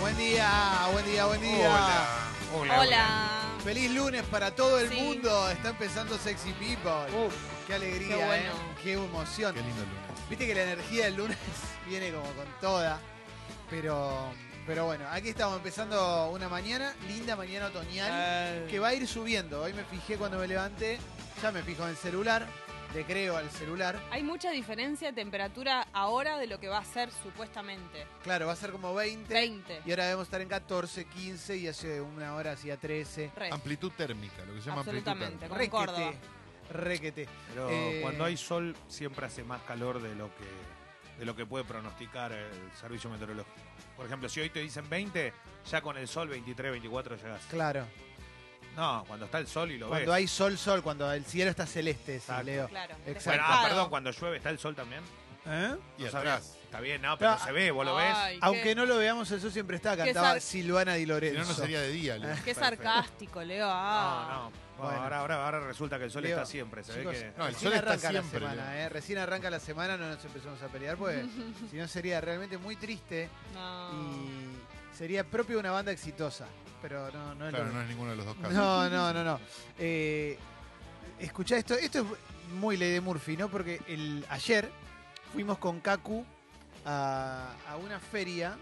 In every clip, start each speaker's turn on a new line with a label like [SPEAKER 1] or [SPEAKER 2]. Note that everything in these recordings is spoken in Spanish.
[SPEAKER 1] Buen día, buen día, buen día.
[SPEAKER 2] Hola. Hola.
[SPEAKER 3] Hola.
[SPEAKER 1] Feliz lunes para todo el
[SPEAKER 3] Sí.
[SPEAKER 1] mundo. Está empezando Sexy People.
[SPEAKER 2] Uf,
[SPEAKER 1] qué alegría,
[SPEAKER 3] qué bueno.
[SPEAKER 1] ¿eh? Qué emoción.
[SPEAKER 2] Qué lindo el lunes.
[SPEAKER 1] Viste que la energía del lunes viene como con toda. Pero, pero bueno, aquí estamos empezando una mañana, linda mañana otoñal,
[SPEAKER 3] Eh.
[SPEAKER 1] que va a ir subiendo. Hoy me fijé cuando me levanté, ya me fijo en el celular, le creo al celular.
[SPEAKER 3] Hay mucha diferencia de temperatura ahora de lo que va a ser supuestamente.
[SPEAKER 1] Claro, va a ser como 20.
[SPEAKER 3] 20.
[SPEAKER 1] Y ahora debemos estar en 14, 15 y hace una hora hacía 13.
[SPEAKER 3] Re,
[SPEAKER 2] Amplitud térmica, lo que se llama amplitud
[SPEAKER 3] Eh. absolutamente,
[SPEAKER 2] térmica.
[SPEAKER 3] como en Córdoba.
[SPEAKER 1] requete.
[SPEAKER 4] Pero
[SPEAKER 1] Eh,
[SPEAKER 4] cuando hay sol siempre hace más calor de lo que de lo que puede pronosticar el servicio meteorológico. Por ejemplo, si hoy te dicen 20, ya con el sol 23, 24 llegas.
[SPEAKER 1] Claro.
[SPEAKER 4] No, cuando está el sol y lo
[SPEAKER 1] Cuando
[SPEAKER 4] ves.
[SPEAKER 1] hay sol, sol, cuando el cielo está celeste, sí,
[SPEAKER 4] Exacto.
[SPEAKER 1] Leo.
[SPEAKER 3] Claro.
[SPEAKER 1] Exacto.
[SPEAKER 4] Bueno, ah,
[SPEAKER 3] Claro.
[SPEAKER 4] perdón, cuando llueve está el sol también.
[SPEAKER 1] ¿Eh?
[SPEAKER 2] Y
[SPEAKER 4] No
[SPEAKER 2] atrás.
[SPEAKER 4] sabrás. Está bien, no, pero
[SPEAKER 1] Pero,
[SPEAKER 4] se ve, vos lo ves.
[SPEAKER 3] Ay,
[SPEAKER 1] Aunque
[SPEAKER 3] qué,
[SPEAKER 1] no lo veamos, eso siempre está. Cantaba
[SPEAKER 3] sar-
[SPEAKER 1] Silvana Di
[SPEAKER 2] Si
[SPEAKER 1] Lorenzo.
[SPEAKER 2] no, no sería de día.
[SPEAKER 1] Eh,
[SPEAKER 2] Leo.
[SPEAKER 3] qué
[SPEAKER 4] Perfecto.
[SPEAKER 3] sarcástico, Leo.
[SPEAKER 4] No,
[SPEAKER 3] ah.
[SPEAKER 4] no.
[SPEAKER 1] Bueno.
[SPEAKER 4] Bueno, ahora, ahora, ahora resulta que el sol
[SPEAKER 1] Leo,
[SPEAKER 4] está siempre. Se
[SPEAKER 1] Chicos,
[SPEAKER 4] ve que.
[SPEAKER 2] ¿eh? No, el
[SPEAKER 1] recién
[SPEAKER 2] sol está
[SPEAKER 1] arranca la
[SPEAKER 2] siempre,
[SPEAKER 1] semana, ¿eh? Recién arranca la semana, no nos empezamos a pelear, pues si no sería realmente muy triste
[SPEAKER 3] No.
[SPEAKER 1] y sería propio de una banda exitosa. Pero no, no es
[SPEAKER 2] Claro,
[SPEAKER 1] lo-
[SPEAKER 2] no es ninguno de los dos casos.
[SPEAKER 1] No, no, no, no. Eh, escuchá esto, esto es muy ley de Murphy, ¿no? Porque el, ayer fuimos con Kaku a, a una feria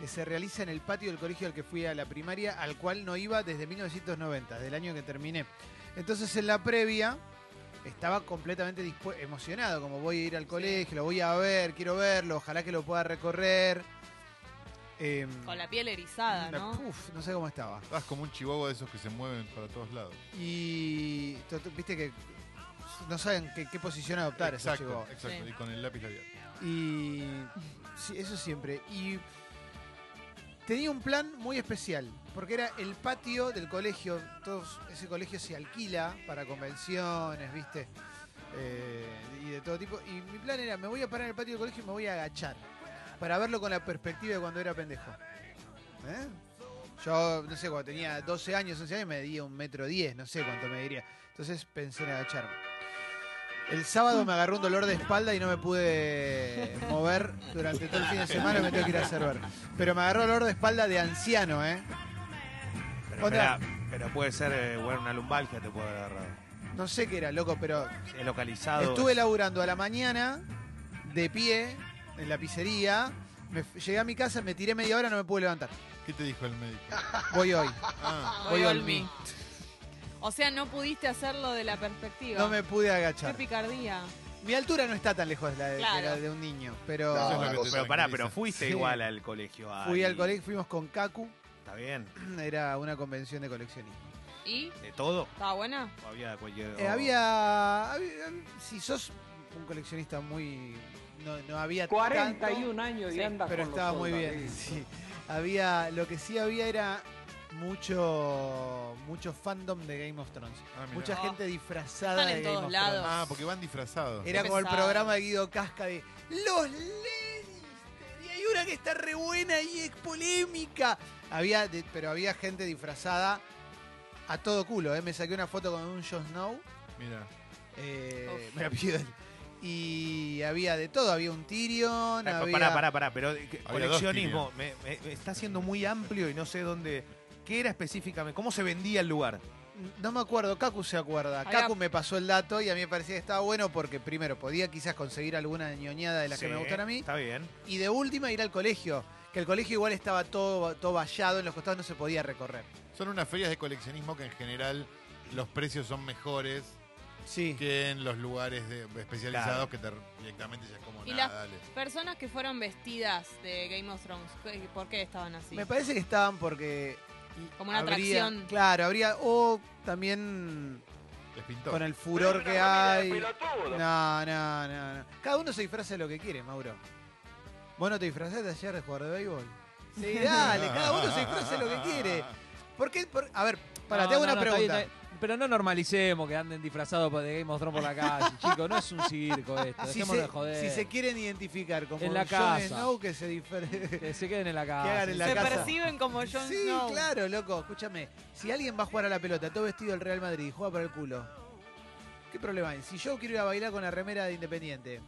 [SPEAKER 1] que se realiza en el patio del colegio al que fui a la primaria, al cual no iba desde 1990, del año que terminé. Entonces en la previa estaba completamente dispu- emocionado, como voy a ir al colegio, lo voy a ver, quiero verlo, ojalá que lo pueda recorrer. Em,
[SPEAKER 3] Con la piel erizada,
[SPEAKER 1] una-
[SPEAKER 3] ¿no?
[SPEAKER 1] uf, no sé cómo estaba.
[SPEAKER 2] Estás como un chihuahua de esos que se mueven para todos lados.
[SPEAKER 1] Y to- to- viste que no saben qué, qué posición adoptar esos
[SPEAKER 2] exacto,
[SPEAKER 1] chicos.
[SPEAKER 2] exacto.
[SPEAKER 3] Sí.
[SPEAKER 2] Y con el lápiz abierto.
[SPEAKER 1] Y sí, eso siempre. Y tenía un plan muy especial, porque era el patio del colegio. Todos, ese colegio se alquila para convenciones, viste, Eh, y de todo tipo. Y mi plan era, me voy a parar en el patio del colegio y me voy a agachar, para verlo con la perspectiva de cuando era pendejo. ¿Eh? Yo, no sé, cuando tenía 12 años, 11 años, me medía un metro 10, no sé cuánto me diría. Entonces pensé en agacharme. El sábado me agarró un dolor de espalda y no me pude mover durante todo el fin de semana y me tengo que ir a hacer ver. Pero me agarró dolor de espalda de anciano, ¿eh?
[SPEAKER 4] Pero,
[SPEAKER 1] Otra.
[SPEAKER 4] espera, pero puede ser, eh, bueno, una lumbalgia te puede agarrar.
[SPEAKER 1] No sé qué era, loco, pero
[SPEAKER 4] Es localizado.
[SPEAKER 1] estuve
[SPEAKER 4] es-
[SPEAKER 1] laburando a la mañana, de pie, en la pizzería. Me f- llegué a mi casa, me tiré media hora, no me pude levantar.
[SPEAKER 2] ¿Qué te dijo el médico?
[SPEAKER 1] Voy hoy.
[SPEAKER 2] Ah,
[SPEAKER 1] Voy
[SPEAKER 3] Voy
[SPEAKER 1] al
[SPEAKER 3] all
[SPEAKER 1] mí.
[SPEAKER 3] me. O sea, no pudiste hacerlo de la perspectiva.
[SPEAKER 1] No me pude
[SPEAKER 3] Qué
[SPEAKER 1] agachar.
[SPEAKER 3] picardía.
[SPEAKER 1] Mi altura no está tan lejos de la de, de la
[SPEAKER 3] Claro.
[SPEAKER 1] de un niño, pero
[SPEAKER 2] eso es
[SPEAKER 5] No,
[SPEAKER 2] lo que te
[SPEAKER 4] Pero pará, pero
[SPEAKER 2] tranquiliza.
[SPEAKER 4] fuiste
[SPEAKER 1] Sí.
[SPEAKER 4] igual al colegio.
[SPEAKER 1] fui
[SPEAKER 4] ay,
[SPEAKER 1] al colegio, fuimos con Kaku,
[SPEAKER 4] Está bien.
[SPEAKER 1] era una convención de coleccionistas.
[SPEAKER 3] ¿Y?
[SPEAKER 4] ¿De todo?
[SPEAKER 3] ¿Estaba buena?
[SPEAKER 4] ¿O había cualquier.?
[SPEAKER 1] Eh,
[SPEAKER 4] o-
[SPEAKER 1] había, había- Si sos un coleccionista muy. No, no había.
[SPEAKER 6] 41
[SPEAKER 1] tanto,
[SPEAKER 6] años
[SPEAKER 3] Sí,
[SPEAKER 6] y anda
[SPEAKER 1] Pero estaba muy bien. sí. Había. Lo que sí había era mucho. Mucho fandom de Game of Thrones.
[SPEAKER 2] ah, mirá.
[SPEAKER 1] Mucha
[SPEAKER 3] Ah.
[SPEAKER 1] gente disfrazada
[SPEAKER 3] Están
[SPEAKER 1] de
[SPEAKER 3] en
[SPEAKER 1] Game
[SPEAKER 3] todos
[SPEAKER 1] of
[SPEAKER 3] lados.
[SPEAKER 1] Thrones.
[SPEAKER 2] Ah, porque van disfrazados.
[SPEAKER 1] Era
[SPEAKER 3] Qué
[SPEAKER 1] como el
[SPEAKER 3] pesado.
[SPEAKER 1] programa de Guido Casca de Los Lannister. Y hay una que está re buena y es polémica. Había, de- pero había gente disfrazada a todo culo. ¿eh? Me saqué una foto con un Jon Snow.
[SPEAKER 2] Mira.
[SPEAKER 1] Eh,
[SPEAKER 3] Uf.
[SPEAKER 1] me la pidió él. Y había de todo, había un Tyrion,
[SPEAKER 4] Ah,
[SPEAKER 1] había...
[SPEAKER 4] Pará, pará, pará, pero eh, que-
[SPEAKER 2] Había dos
[SPEAKER 4] coleccionismo me, me- me está siendo muy amplio y no sé dónde. ¿Qué era específicamente? ¿Cómo se vendía el lugar?
[SPEAKER 1] No me acuerdo, Kaku se acuerda.
[SPEAKER 3] Había-
[SPEAKER 1] Kaku me pasó el dato y a mí me parecía que estaba bueno porque primero podía quizás conseguir alguna ñoñada de las que
[SPEAKER 4] Sí,
[SPEAKER 1] me gustan a mí
[SPEAKER 4] Está bien.
[SPEAKER 1] y de última ir al colegio, que el colegio igual estaba todo, todo vallado, en los costados no se podía recorrer.
[SPEAKER 2] Son unas ferias de coleccionismo que en general los precios son mejores
[SPEAKER 1] Sí.
[SPEAKER 2] que en los lugares de- especializados
[SPEAKER 4] Claro.
[SPEAKER 2] que te, directamente ya es como
[SPEAKER 3] Y
[SPEAKER 2] nada,
[SPEAKER 3] las-
[SPEAKER 2] dale.
[SPEAKER 3] Personas que fueron vestidas de Game of Thrones, ¿qué- ¿por qué estaban así?
[SPEAKER 1] Me parece que estaban porque...
[SPEAKER 3] Como una
[SPEAKER 1] habría-
[SPEAKER 3] atracción.
[SPEAKER 1] Claro, habría... O también
[SPEAKER 2] Les pintó.
[SPEAKER 1] con el furor que hay... No, no, no, no. Cada uno se disfraza de lo que quiere, Mauro. ¿Vos no te disfrazaste ayer de jugar de béisbol? Sí, dale, cada uno se disfraza de lo que quiere. ¿Por qué? por- a ver, para, te hago una pregunta.
[SPEAKER 7] pero no normalicemos que anden disfrazados de Game of Thrones por la calle, chicos. No es un circo esto.
[SPEAKER 1] Ah, si,
[SPEAKER 7] Dejémonos
[SPEAKER 1] se,
[SPEAKER 7] de joder.
[SPEAKER 1] si se quieren identificar como
[SPEAKER 7] En la
[SPEAKER 1] un Jon
[SPEAKER 7] casa.
[SPEAKER 1] Snow que se difere.
[SPEAKER 7] que se queden en la casa.
[SPEAKER 1] hagan en la
[SPEAKER 3] Se
[SPEAKER 1] casa.
[SPEAKER 3] perciben como Jon
[SPEAKER 1] sí,
[SPEAKER 3] Snow.
[SPEAKER 1] claro, loco, escúchame. Si alguien va a jugar a la pelota, todo vestido del Real Madrid, juega para el culo. ¿Qué problema hay? Si yo quiero ir a bailar con la remera de Independiente,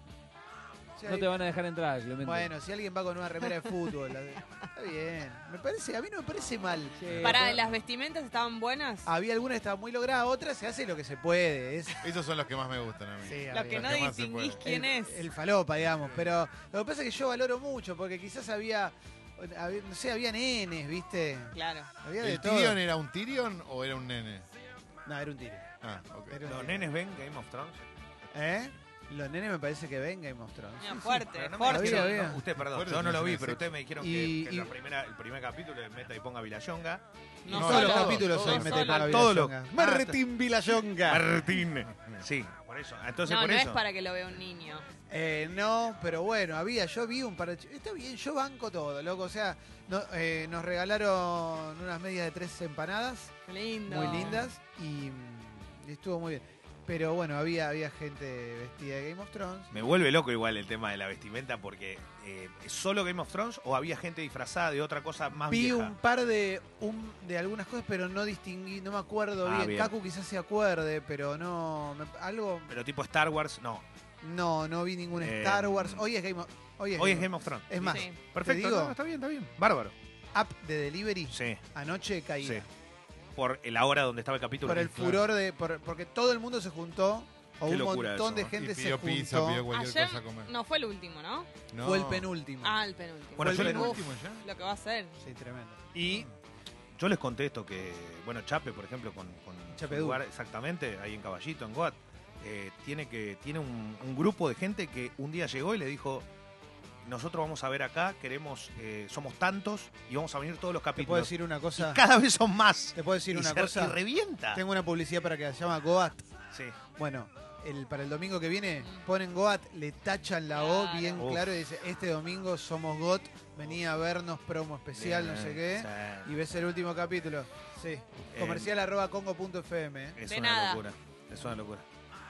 [SPEAKER 1] si
[SPEAKER 7] No
[SPEAKER 1] hay-
[SPEAKER 7] te van a dejar entrar, Clemente.
[SPEAKER 1] Bueno, si alguien va con una remera de fútbol, la de- está bien. Me parece, a mí no me parece mal.
[SPEAKER 7] Sí,
[SPEAKER 3] Para,
[SPEAKER 7] pero-
[SPEAKER 3] ¿las vestimentas estaban buenas?
[SPEAKER 1] Había algunas que estaban muy logradas, otras se hace lo que se puede. Es,
[SPEAKER 2] Esos son los que más me gustan a mí.
[SPEAKER 1] sí,
[SPEAKER 3] Lo que
[SPEAKER 1] amigo.
[SPEAKER 3] no
[SPEAKER 2] Los que más se
[SPEAKER 3] distinguís
[SPEAKER 2] pueden.
[SPEAKER 3] quién
[SPEAKER 1] el,
[SPEAKER 3] es.
[SPEAKER 1] El falopa, digamos. Pero lo que pasa es que yo valoro mucho, porque quizás había, había- no sé, había nenes, ¿viste?
[SPEAKER 3] Claro.
[SPEAKER 1] Había de
[SPEAKER 2] ¿El
[SPEAKER 1] todo.
[SPEAKER 2] Tyrion era un Tyrion o era un nene?
[SPEAKER 1] No, era un tiro.
[SPEAKER 2] Ah, ok.
[SPEAKER 1] Era un
[SPEAKER 4] ¿Los
[SPEAKER 1] tiro.
[SPEAKER 4] nenes ven Game of Thrones?
[SPEAKER 1] ¿Eh? Los nenes me parece que venga y mostró.
[SPEAKER 3] Mira, fuerte,
[SPEAKER 1] Este,
[SPEAKER 4] Pero no me
[SPEAKER 3] fuerte.
[SPEAKER 1] Había,
[SPEAKER 4] dijeron-
[SPEAKER 1] había.
[SPEAKER 4] no, usted, perdón,
[SPEAKER 2] Fuerte,
[SPEAKER 4] yo no lo vi,
[SPEAKER 2] sí, sí.
[SPEAKER 4] pero ustedes me dijeron
[SPEAKER 1] Y-
[SPEAKER 4] que, que la
[SPEAKER 1] y-
[SPEAKER 4] primera, el primer capítulo de Meta y ponga Vilayonga.
[SPEAKER 3] No,
[SPEAKER 2] No,
[SPEAKER 1] todos los
[SPEAKER 2] todos,
[SPEAKER 1] capítulos
[SPEAKER 2] todos,
[SPEAKER 1] ahí meten
[SPEAKER 3] todos.
[SPEAKER 1] para
[SPEAKER 4] Todos los-
[SPEAKER 1] Villayonga.
[SPEAKER 4] Ah,
[SPEAKER 1] Martín Villayonga.
[SPEAKER 4] Martín. Sí, por eso. Entonces,
[SPEAKER 3] no,
[SPEAKER 4] por
[SPEAKER 3] no
[SPEAKER 4] eso.
[SPEAKER 3] es para que lo vea un niño.
[SPEAKER 1] Eh, no, pero bueno, había, yo vi un par de... ch- Está bien, yo banco todo, loco. O sea, no- eh, nos regalaron unas medias de tres empanadas,
[SPEAKER 3] Qué Lindo.
[SPEAKER 1] muy lindas, y, mm, estuvo muy bien. Pero bueno, había, había gente vestida de Game of Thrones.
[SPEAKER 4] Me vuelve loco igual el tema de la vestimenta porque eh, ¿es ¿solo Game of Thrones o había gente disfrazada de otra cosa más
[SPEAKER 1] Vi
[SPEAKER 4] vieja?
[SPEAKER 1] un par de, un- de algunas cosas, pero no distinguí, no me acuerdo
[SPEAKER 4] Ah,
[SPEAKER 1] bien.
[SPEAKER 4] bien.
[SPEAKER 1] Kaku quizás se acuerde, pero no... me- algo...
[SPEAKER 4] Pero tipo Star Wars, no.
[SPEAKER 1] No, no vi ningún
[SPEAKER 4] Eh,
[SPEAKER 1] Star Wars. Hoy es Game of... Hoy es,
[SPEAKER 4] Hoy es Game of Thrones.
[SPEAKER 1] Es más,
[SPEAKER 3] Sí.
[SPEAKER 4] Perfecto,
[SPEAKER 1] digo-
[SPEAKER 4] no, está bien, está bien. Bárbaro.
[SPEAKER 1] app de delivery
[SPEAKER 4] Sí,
[SPEAKER 1] anoche caída.
[SPEAKER 4] sí. Por la hora donde estaba el capítulo.
[SPEAKER 1] por el
[SPEAKER 4] Claro.
[SPEAKER 1] furor de por- porque todo el mundo se juntó o
[SPEAKER 4] Qué
[SPEAKER 1] un
[SPEAKER 4] locura
[SPEAKER 1] montón
[SPEAKER 4] eso, ¿eh?
[SPEAKER 1] de
[SPEAKER 4] ¿no?
[SPEAKER 2] Y
[SPEAKER 1] gente se
[SPEAKER 2] pidió pizza,
[SPEAKER 1] juntó
[SPEAKER 2] pidió cualquier
[SPEAKER 3] Ayer
[SPEAKER 2] cosa a comer.
[SPEAKER 3] no fue el último, ¿no?
[SPEAKER 2] No.
[SPEAKER 1] fue el penúltimo
[SPEAKER 3] Ah, el penúltimo.
[SPEAKER 4] Bueno,
[SPEAKER 1] Fue
[SPEAKER 4] yo
[SPEAKER 1] el
[SPEAKER 4] les,
[SPEAKER 1] penúltimo.
[SPEAKER 2] último ya?
[SPEAKER 3] Lo que va a hacer.
[SPEAKER 1] sí tremendo
[SPEAKER 4] y yo les contesto que, bueno, Chape, por ejemplo, con, con su
[SPEAKER 1] Chape Du.
[SPEAKER 4] lugar exactamente, ahí en Caballito, en Goat, eh, tiene, que, tiene un, un grupo de gente que un día llegó y le dijo... Nosotros vamos a ver acá, queremos, eh, somos tantos y vamos a venir todos los
[SPEAKER 1] te puedo
[SPEAKER 4] capítulos.
[SPEAKER 1] decir una
[SPEAKER 4] Y
[SPEAKER 1] cosa
[SPEAKER 4] cada vez son más.
[SPEAKER 1] te puedo decir
[SPEAKER 4] Y
[SPEAKER 1] una
[SPEAKER 4] se- y
[SPEAKER 1] cosa
[SPEAKER 4] revienta.
[SPEAKER 1] tengo una publicidad para que se llama Goat
[SPEAKER 4] Sí.
[SPEAKER 1] bueno el, para el domingo que viene
[SPEAKER 3] Mm.
[SPEAKER 1] ponen Goat le tachan la O
[SPEAKER 3] Claro.
[SPEAKER 1] bien
[SPEAKER 4] Uf.
[SPEAKER 1] claro y dice este domingo somos Goat vení a vernos promo especial no sé qué
[SPEAKER 4] eh,
[SPEAKER 1] y ves el último capítulo sí comercial arroba congo.fm eh.
[SPEAKER 4] es
[SPEAKER 3] De
[SPEAKER 4] una
[SPEAKER 3] nada.
[SPEAKER 4] locura. Es una locura.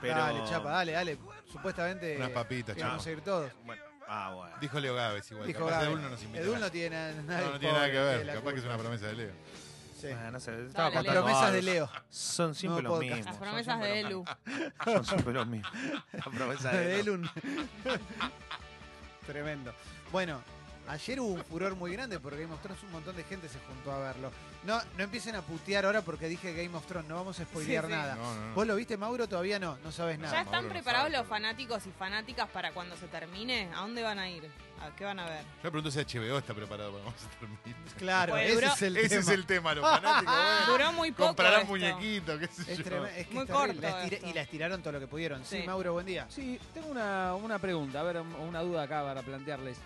[SPEAKER 4] Pero...
[SPEAKER 1] dale chapa dale dale supuestamente
[SPEAKER 2] Unas papitas,
[SPEAKER 1] que vamos
[SPEAKER 2] chavos.
[SPEAKER 1] a ir todos
[SPEAKER 4] Bueno, ah, bueno.
[SPEAKER 2] Dijo Leo Gávez igual.
[SPEAKER 1] Dijo
[SPEAKER 2] capaz
[SPEAKER 1] Gabe.
[SPEAKER 2] Edul no nos invita.
[SPEAKER 1] Edul no tiene nada, nada
[SPEAKER 2] No,
[SPEAKER 1] de
[SPEAKER 2] no tiene nada que
[SPEAKER 1] pobre,
[SPEAKER 2] ver.
[SPEAKER 1] de la
[SPEAKER 2] Capaz que es
[SPEAKER 1] culpa.
[SPEAKER 2] una promesa de Leo.
[SPEAKER 1] Sí.
[SPEAKER 4] Ah, no sé, estaba
[SPEAKER 1] Las
[SPEAKER 3] Dale,
[SPEAKER 4] contando
[SPEAKER 3] Leo.
[SPEAKER 1] promesas
[SPEAKER 4] algo.
[SPEAKER 1] de Leo.
[SPEAKER 4] Son siempre
[SPEAKER 1] Nuevo
[SPEAKER 4] los
[SPEAKER 1] podcast.
[SPEAKER 4] mismos.
[SPEAKER 3] Las
[SPEAKER 4] son
[SPEAKER 3] promesas
[SPEAKER 4] siempre
[SPEAKER 3] de
[SPEAKER 4] los
[SPEAKER 3] Elu.
[SPEAKER 4] mismos. Son siempre los mismos. Las promesas de
[SPEAKER 1] De
[SPEAKER 4] Elu.
[SPEAKER 1] Elun. Tremendo. Bueno, ayer hubo un furor muy grande porque Game of Thrones un montón de gente se juntó a verlo. No, no empiecen a putear ahora porque dije Game of Thrones, no vamos a spoilear
[SPEAKER 3] Sí, sí.
[SPEAKER 1] nada.
[SPEAKER 2] No, no, no.
[SPEAKER 1] ¿Vos lo viste, Mauro? Todavía no, no sabes
[SPEAKER 2] No,
[SPEAKER 1] nada.
[SPEAKER 3] ¿Ya
[SPEAKER 2] Mauro
[SPEAKER 3] están
[SPEAKER 2] no
[SPEAKER 3] preparados
[SPEAKER 2] sabe.
[SPEAKER 3] los fanáticos y fanáticas para cuando se termine? ¿A dónde van a ir? ¿A qué van a ver?
[SPEAKER 2] Yo le pregunto si HBO está preparado para vamos a terminar.
[SPEAKER 1] Claro,
[SPEAKER 3] Pues
[SPEAKER 1] ese
[SPEAKER 3] duró-
[SPEAKER 1] es el
[SPEAKER 2] Ese
[SPEAKER 1] tema.
[SPEAKER 2] es el tema, los fanáticos. bueno,
[SPEAKER 3] Duró muy poco.
[SPEAKER 2] Ah. Comprarán
[SPEAKER 3] esto.
[SPEAKER 2] muñequitos, qué sé
[SPEAKER 1] Es
[SPEAKER 2] yo.
[SPEAKER 1] tremendo, es que
[SPEAKER 3] Muy
[SPEAKER 1] es terrible.
[SPEAKER 3] corto
[SPEAKER 1] La estira-
[SPEAKER 3] esto.
[SPEAKER 1] y la estiraron todo lo que pudieron. Sí,
[SPEAKER 3] Sí.
[SPEAKER 1] Mauro, buen día.
[SPEAKER 7] Sí, tengo una, una pregunta, a ver, un- una duda acá para plantearles.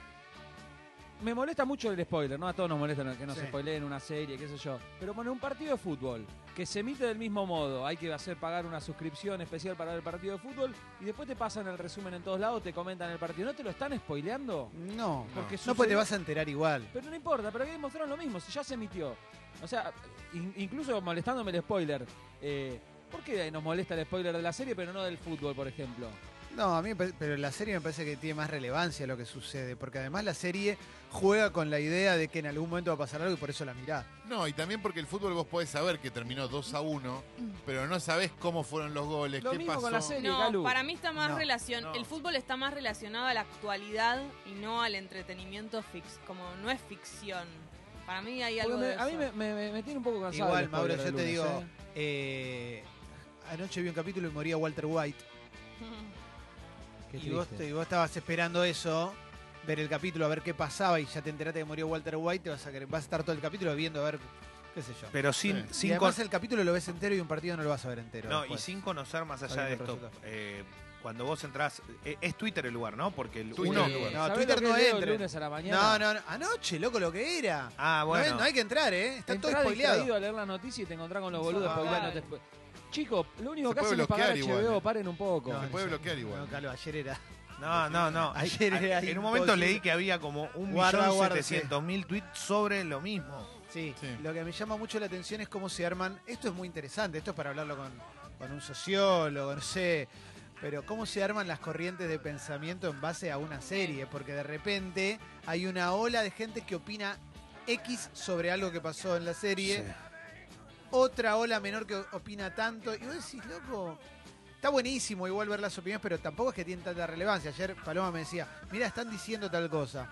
[SPEAKER 7] Me molesta mucho el spoiler, ¿no? A todos nos molesta lo- que nos
[SPEAKER 1] Sí.
[SPEAKER 7] spoileen una serie, qué sé yo. Pero poner un partido de fútbol que se emite del mismo modo, hay que hacer pagar una suscripción especial para ver el partido de fútbol y después te pasan el resumen en todos lados, te comentan el partido. ¿No te lo están spoileando?
[SPEAKER 1] No,
[SPEAKER 2] No.
[SPEAKER 7] Porque
[SPEAKER 1] no pues te
[SPEAKER 7] sucedió-
[SPEAKER 1] vas a enterar igual.
[SPEAKER 7] Pero no importa, pero Game of Thrones lo mismo, si ya se emitió. O sea, in- incluso molestándome el spoiler. eh, ¿Por qué nos molesta el spoiler de la serie, pero no del fútbol, por ejemplo?
[SPEAKER 1] No, a mí, me pare- pero la serie me parece que tiene más relevancia lo que sucede, porque además la serie juega con la idea de que en algún momento va a pasar algo y por eso la mirás.
[SPEAKER 2] No, y también porque el fútbol vos podés saber que terminó 2 a 1, pero no sabés cómo fueron los goles,
[SPEAKER 7] Lo
[SPEAKER 2] qué
[SPEAKER 7] mismo
[SPEAKER 2] pasó.
[SPEAKER 7] con la serie.
[SPEAKER 3] No,
[SPEAKER 7] Galu.
[SPEAKER 3] para mí está más
[SPEAKER 1] No,
[SPEAKER 3] relación.
[SPEAKER 4] no.
[SPEAKER 3] El fútbol está más relacionado a la actualidad y no al entretenimiento fix, como no es ficción. Para mí hay algo
[SPEAKER 7] Porque me-
[SPEAKER 3] de
[SPEAKER 7] a mí
[SPEAKER 3] eso.
[SPEAKER 7] me, me- me- me tiene un poco cansado.
[SPEAKER 1] Igual,
[SPEAKER 7] el
[SPEAKER 1] Mauro,
[SPEAKER 7] spoiler
[SPEAKER 1] yo
[SPEAKER 7] del
[SPEAKER 1] te digo,
[SPEAKER 7] lunes,
[SPEAKER 1] eh, anoche vi un capítulo y moría Walter White,
[SPEAKER 7] ¿eh? Qué
[SPEAKER 1] y vos,
[SPEAKER 7] triste.
[SPEAKER 1] te- y vos estabas esperando eso, ver el capítulo, a ver qué pasaba, y ya te enteraste que murió Walter White, te vas a, querer- vas a estar todo el capítulo viendo a ver, qué sé yo.
[SPEAKER 4] Pero sin,
[SPEAKER 2] Sí.
[SPEAKER 1] y
[SPEAKER 4] sin,
[SPEAKER 1] además
[SPEAKER 4] con-
[SPEAKER 1] el capítulo lo ves entero y un partido no lo vas a ver entero.
[SPEAKER 4] no, y
[SPEAKER 1] después.
[SPEAKER 4] sin conocer más allá
[SPEAKER 1] Sabiendo
[SPEAKER 4] de
[SPEAKER 1] el
[SPEAKER 4] esto.
[SPEAKER 1] resultado.
[SPEAKER 4] eh, cuando vos entrás. eh, es Twitter el lugar, ¿no? Porque el
[SPEAKER 2] Twitter
[SPEAKER 4] uno.
[SPEAKER 2] el lugar.
[SPEAKER 1] no,
[SPEAKER 7] ¿Sabés
[SPEAKER 1] Twitter
[SPEAKER 7] lo que
[SPEAKER 1] no
[SPEAKER 7] leo
[SPEAKER 1] entra.
[SPEAKER 7] El lunes a la
[SPEAKER 1] no,
[SPEAKER 7] mañana.
[SPEAKER 1] no, no, anoche, loco, lo que era.
[SPEAKER 4] Ah,
[SPEAKER 1] No hay-
[SPEAKER 4] bueno.
[SPEAKER 1] No, hay que entrar, ¿eh? Está todo
[SPEAKER 7] Entrá
[SPEAKER 1] spoileado.
[SPEAKER 7] distraído a leer la noticia y te encontrás con los boludos
[SPEAKER 1] Ah,
[SPEAKER 7] spoileando.
[SPEAKER 3] dale.
[SPEAKER 7] te spo- Chicos, lo único
[SPEAKER 2] Se
[SPEAKER 7] que
[SPEAKER 2] puede
[SPEAKER 7] hacen es pagar HBO,
[SPEAKER 2] bloquear igual, eh.
[SPEAKER 7] paren un poco.
[SPEAKER 2] Se
[SPEAKER 1] no,
[SPEAKER 2] puede
[SPEAKER 1] no,
[SPEAKER 2] bloquear igual.
[SPEAKER 1] No, Calo, ayer era.
[SPEAKER 4] No, no, no.
[SPEAKER 1] Ayer era
[SPEAKER 4] en un momento
[SPEAKER 1] imposible.
[SPEAKER 4] leí que había como un
[SPEAKER 1] Guarda,
[SPEAKER 4] millón
[SPEAKER 1] guarda,
[SPEAKER 4] setecientos mil tweets sobre lo mismo.
[SPEAKER 1] Sí.
[SPEAKER 2] Sí.
[SPEAKER 1] Lo que me llama mucho la atención es cómo se arman. Esto es muy interesante, esto es para hablarlo con, con un sociólogo, no sé. Pero cómo se arman las corrientes de pensamiento en base a una serie, porque de repente hay una ola de gente que opina X sobre algo que pasó en la serie, otra ola menor que opina tanto, y vos decís, loco, está Está buenísimo igual ver las opiniones, pero tampoco es que tienen tanta relevancia. Ayer Paloma me decía, mira, están diciendo tal cosa.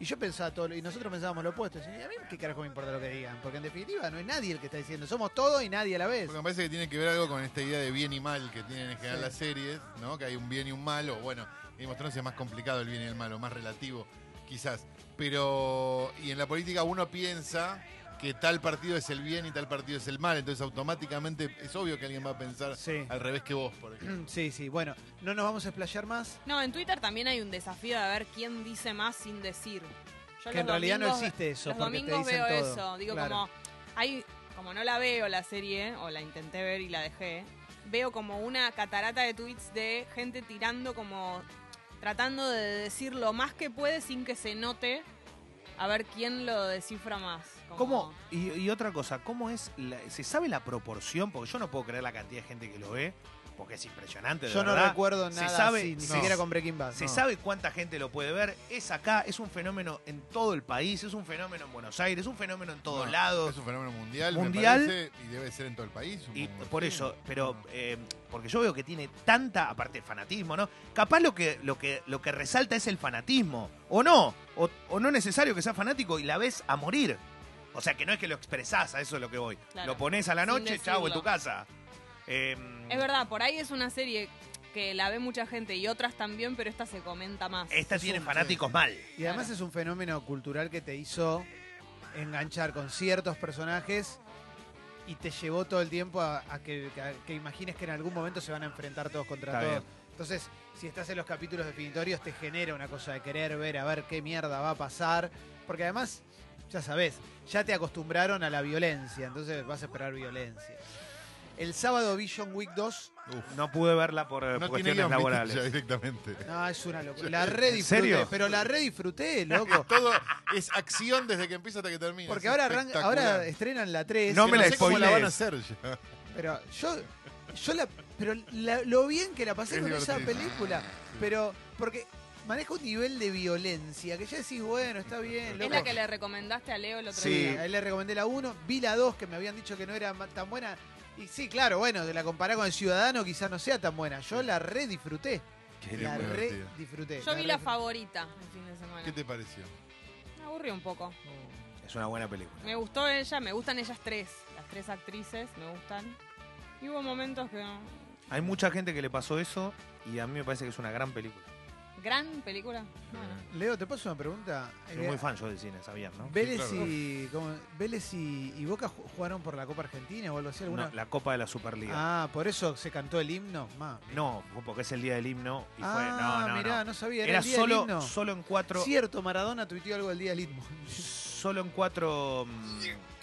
[SPEAKER 1] Y yo pensaba todo, lo- y nosotros pensábamos lo opuesto. Decía, a mí qué carajo me importa lo que digan, porque en definitiva no es nadie el que está diciendo, somos todos y nadie a la vez.
[SPEAKER 2] Porque me parece que tiene que ver algo con esta idea de bien y mal que tienen en general
[SPEAKER 1] Sí.
[SPEAKER 2] las series, ¿no? Que hay un bien y un mal, o bueno, Game of Thrones es más complicado el bien y el malo, más relativo, quizás. Pero, y en la política uno piensa que tal partido es el bien y tal partido es el mal, entonces automáticamente es obvio que alguien va a pensar
[SPEAKER 1] Sí.
[SPEAKER 2] al revés que vos, por ejemplo.
[SPEAKER 1] Sí, sí, bueno, no nos vamos a explayar más.
[SPEAKER 3] No, en Twitter también hay un desafío de ver quién dice más sin decir.
[SPEAKER 1] que
[SPEAKER 3] Yo los
[SPEAKER 1] en realidad
[SPEAKER 3] domingos-
[SPEAKER 1] no existe eso,
[SPEAKER 3] Los
[SPEAKER 1] porque te
[SPEAKER 3] domingos
[SPEAKER 1] dicen
[SPEAKER 3] veo
[SPEAKER 1] todo.
[SPEAKER 3] eso. Digo,
[SPEAKER 1] Claro.
[SPEAKER 3] como hay, como no la veo la serie, o la intenté ver y la dejé, veo como una catarata de tweets de gente tirando como tratando de decir lo más que puede sin que se note a ver quién lo descifra más. Como-
[SPEAKER 4] ¿Cómo, y, y otra cosa, ¿cómo es? la- ¿Se sabe la proporción? Porque yo no puedo creer la cantidad de gente que lo ve, porque es impresionante. de
[SPEAKER 1] Yo no
[SPEAKER 4] verdad.
[SPEAKER 1] recuerdo
[SPEAKER 4] Se
[SPEAKER 1] nada
[SPEAKER 4] sabe-
[SPEAKER 1] así, ni
[SPEAKER 4] no.
[SPEAKER 1] siquiera con Breaking Bad.
[SPEAKER 4] Se
[SPEAKER 1] no.
[SPEAKER 4] sabe cuánta gente lo puede ver. Es acá, es un fenómeno en todo el país, es un fenómeno en Buenos Aires, es un fenómeno en todos
[SPEAKER 2] No,
[SPEAKER 4] lados.
[SPEAKER 2] Es un fenómeno mundial, me
[SPEAKER 4] Mundial.
[SPEAKER 2] parece, y debe ser en todo el país.
[SPEAKER 4] Y
[SPEAKER 2] supongo,
[SPEAKER 4] por
[SPEAKER 2] sí.
[SPEAKER 4] eso, pero
[SPEAKER 2] No.
[SPEAKER 4] eh, porque yo veo que tiene tanta, aparte fanatismo, ¿no? Capaz lo que, lo que, lo que resalta es el fanatismo, o no, o, o no es necesario que sea fanático y la ves a morir. O sea que no es que lo expresás, a eso es lo que voy.
[SPEAKER 3] Claro.
[SPEAKER 4] Lo pones a la
[SPEAKER 3] Sin
[SPEAKER 4] noche, chavo, en
[SPEAKER 3] decirlo.
[SPEAKER 4] tu casa. Eh,
[SPEAKER 3] Es verdad, por ahí es una serie que la ve mucha gente y otras también, pero esta se comenta más.
[SPEAKER 1] Eh,
[SPEAKER 4] Esta
[SPEAKER 2] Es
[SPEAKER 4] tiene
[SPEAKER 2] un-
[SPEAKER 4] fanáticos mal.
[SPEAKER 1] Y además es un fenómeno cultural que te hizo enganchar con ciertos personajes y te llevó todo el tiempo a, a que, a que imagines que en algún momento se van a enfrentar todos contra
[SPEAKER 4] Está
[SPEAKER 1] todos. Entonces, si estás en los capítulos definitorios, te genera una cosa de querer ver, a ver qué mierda va a pasar. Porque además, ya sabes, ya te acostumbraron a la violencia, entonces vas a esperar violencia. El sábado Vision Week 2,
[SPEAKER 2] Uf.
[SPEAKER 4] No pude verla por eh,
[SPEAKER 2] No tiene
[SPEAKER 4] cuestiones
[SPEAKER 2] guión, viste,
[SPEAKER 4] laborales.
[SPEAKER 2] ya directamente.
[SPEAKER 1] no, es una locura. La redisfruté,
[SPEAKER 4] serio?
[SPEAKER 1] pero la redisfruté, loco.
[SPEAKER 2] Todo es acción desde que empieza hasta que termina.
[SPEAKER 1] Porque
[SPEAKER 2] es
[SPEAKER 1] ahora, arran- ahora
[SPEAKER 2] espectacular.
[SPEAKER 1] estrenan la 3.
[SPEAKER 4] No
[SPEAKER 2] Que
[SPEAKER 4] me la
[SPEAKER 2] sé cómo la
[SPEAKER 4] spoilees.
[SPEAKER 2] van a hacer ya.
[SPEAKER 1] Pero yo, yo la, pero la- lo bien que la pasé
[SPEAKER 2] Es
[SPEAKER 1] con esa
[SPEAKER 2] divertido.
[SPEAKER 1] película. Pero, porque maneja un nivel de violencia que ya decís, bueno, está bien,
[SPEAKER 3] Es
[SPEAKER 1] loco.
[SPEAKER 3] la que le recomendaste a Leo el otro
[SPEAKER 1] Sí, Eh,
[SPEAKER 3] día.
[SPEAKER 1] a él le recomendé la 1, vi la 2 que me habían dicho que no era ma- tan buena. Y sí, claro, bueno, de la compará con El Ciudadano quizás no sea tan buena. Yo la re disfruté. La
[SPEAKER 2] muy
[SPEAKER 1] re
[SPEAKER 2] divertida.
[SPEAKER 1] disfruté.
[SPEAKER 3] Yo vi la
[SPEAKER 1] redisfruté.
[SPEAKER 3] favorita el fin de semana.
[SPEAKER 2] ¿Qué te pareció?
[SPEAKER 3] Me aburrió un poco.
[SPEAKER 4] Es una buena película.
[SPEAKER 3] Me gustó ella, me gustan ellas tres. Las tres actrices me gustan. Y hubo momentos que. no.
[SPEAKER 4] Hay mucha gente que le pasó eso y a mí me parece que es una gran película.
[SPEAKER 3] Gran película. Bueno.
[SPEAKER 1] Leo, ¿te paso una pregunta?
[SPEAKER 4] Soy
[SPEAKER 1] Eh,
[SPEAKER 4] muy fan yo del cine, sabían, ¿no?
[SPEAKER 1] Vélez,
[SPEAKER 2] Sí, claro.
[SPEAKER 1] y, ¿cómo? Vélez y, y Boca ju- jugaron por la Copa Argentina o algo así. ¿Alguna?
[SPEAKER 4] No, la Copa de la Superliga.
[SPEAKER 1] Ah, por eso se cantó el himno. Ma.
[SPEAKER 4] No, fue porque es el día del himno y fue.
[SPEAKER 1] ah,
[SPEAKER 4] No, no,
[SPEAKER 1] mirá,
[SPEAKER 4] no.
[SPEAKER 1] no, sabía. Era,
[SPEAKER 4] Era
[SPEAKER 1] el día del himno.
[SPEAKER 4] solo, solo en cuatro.
[SPEAKER 1] Cierto, Maradona tuiteó algo el día del himno.
[SPEAKER 4] Solo en cuatro. mm,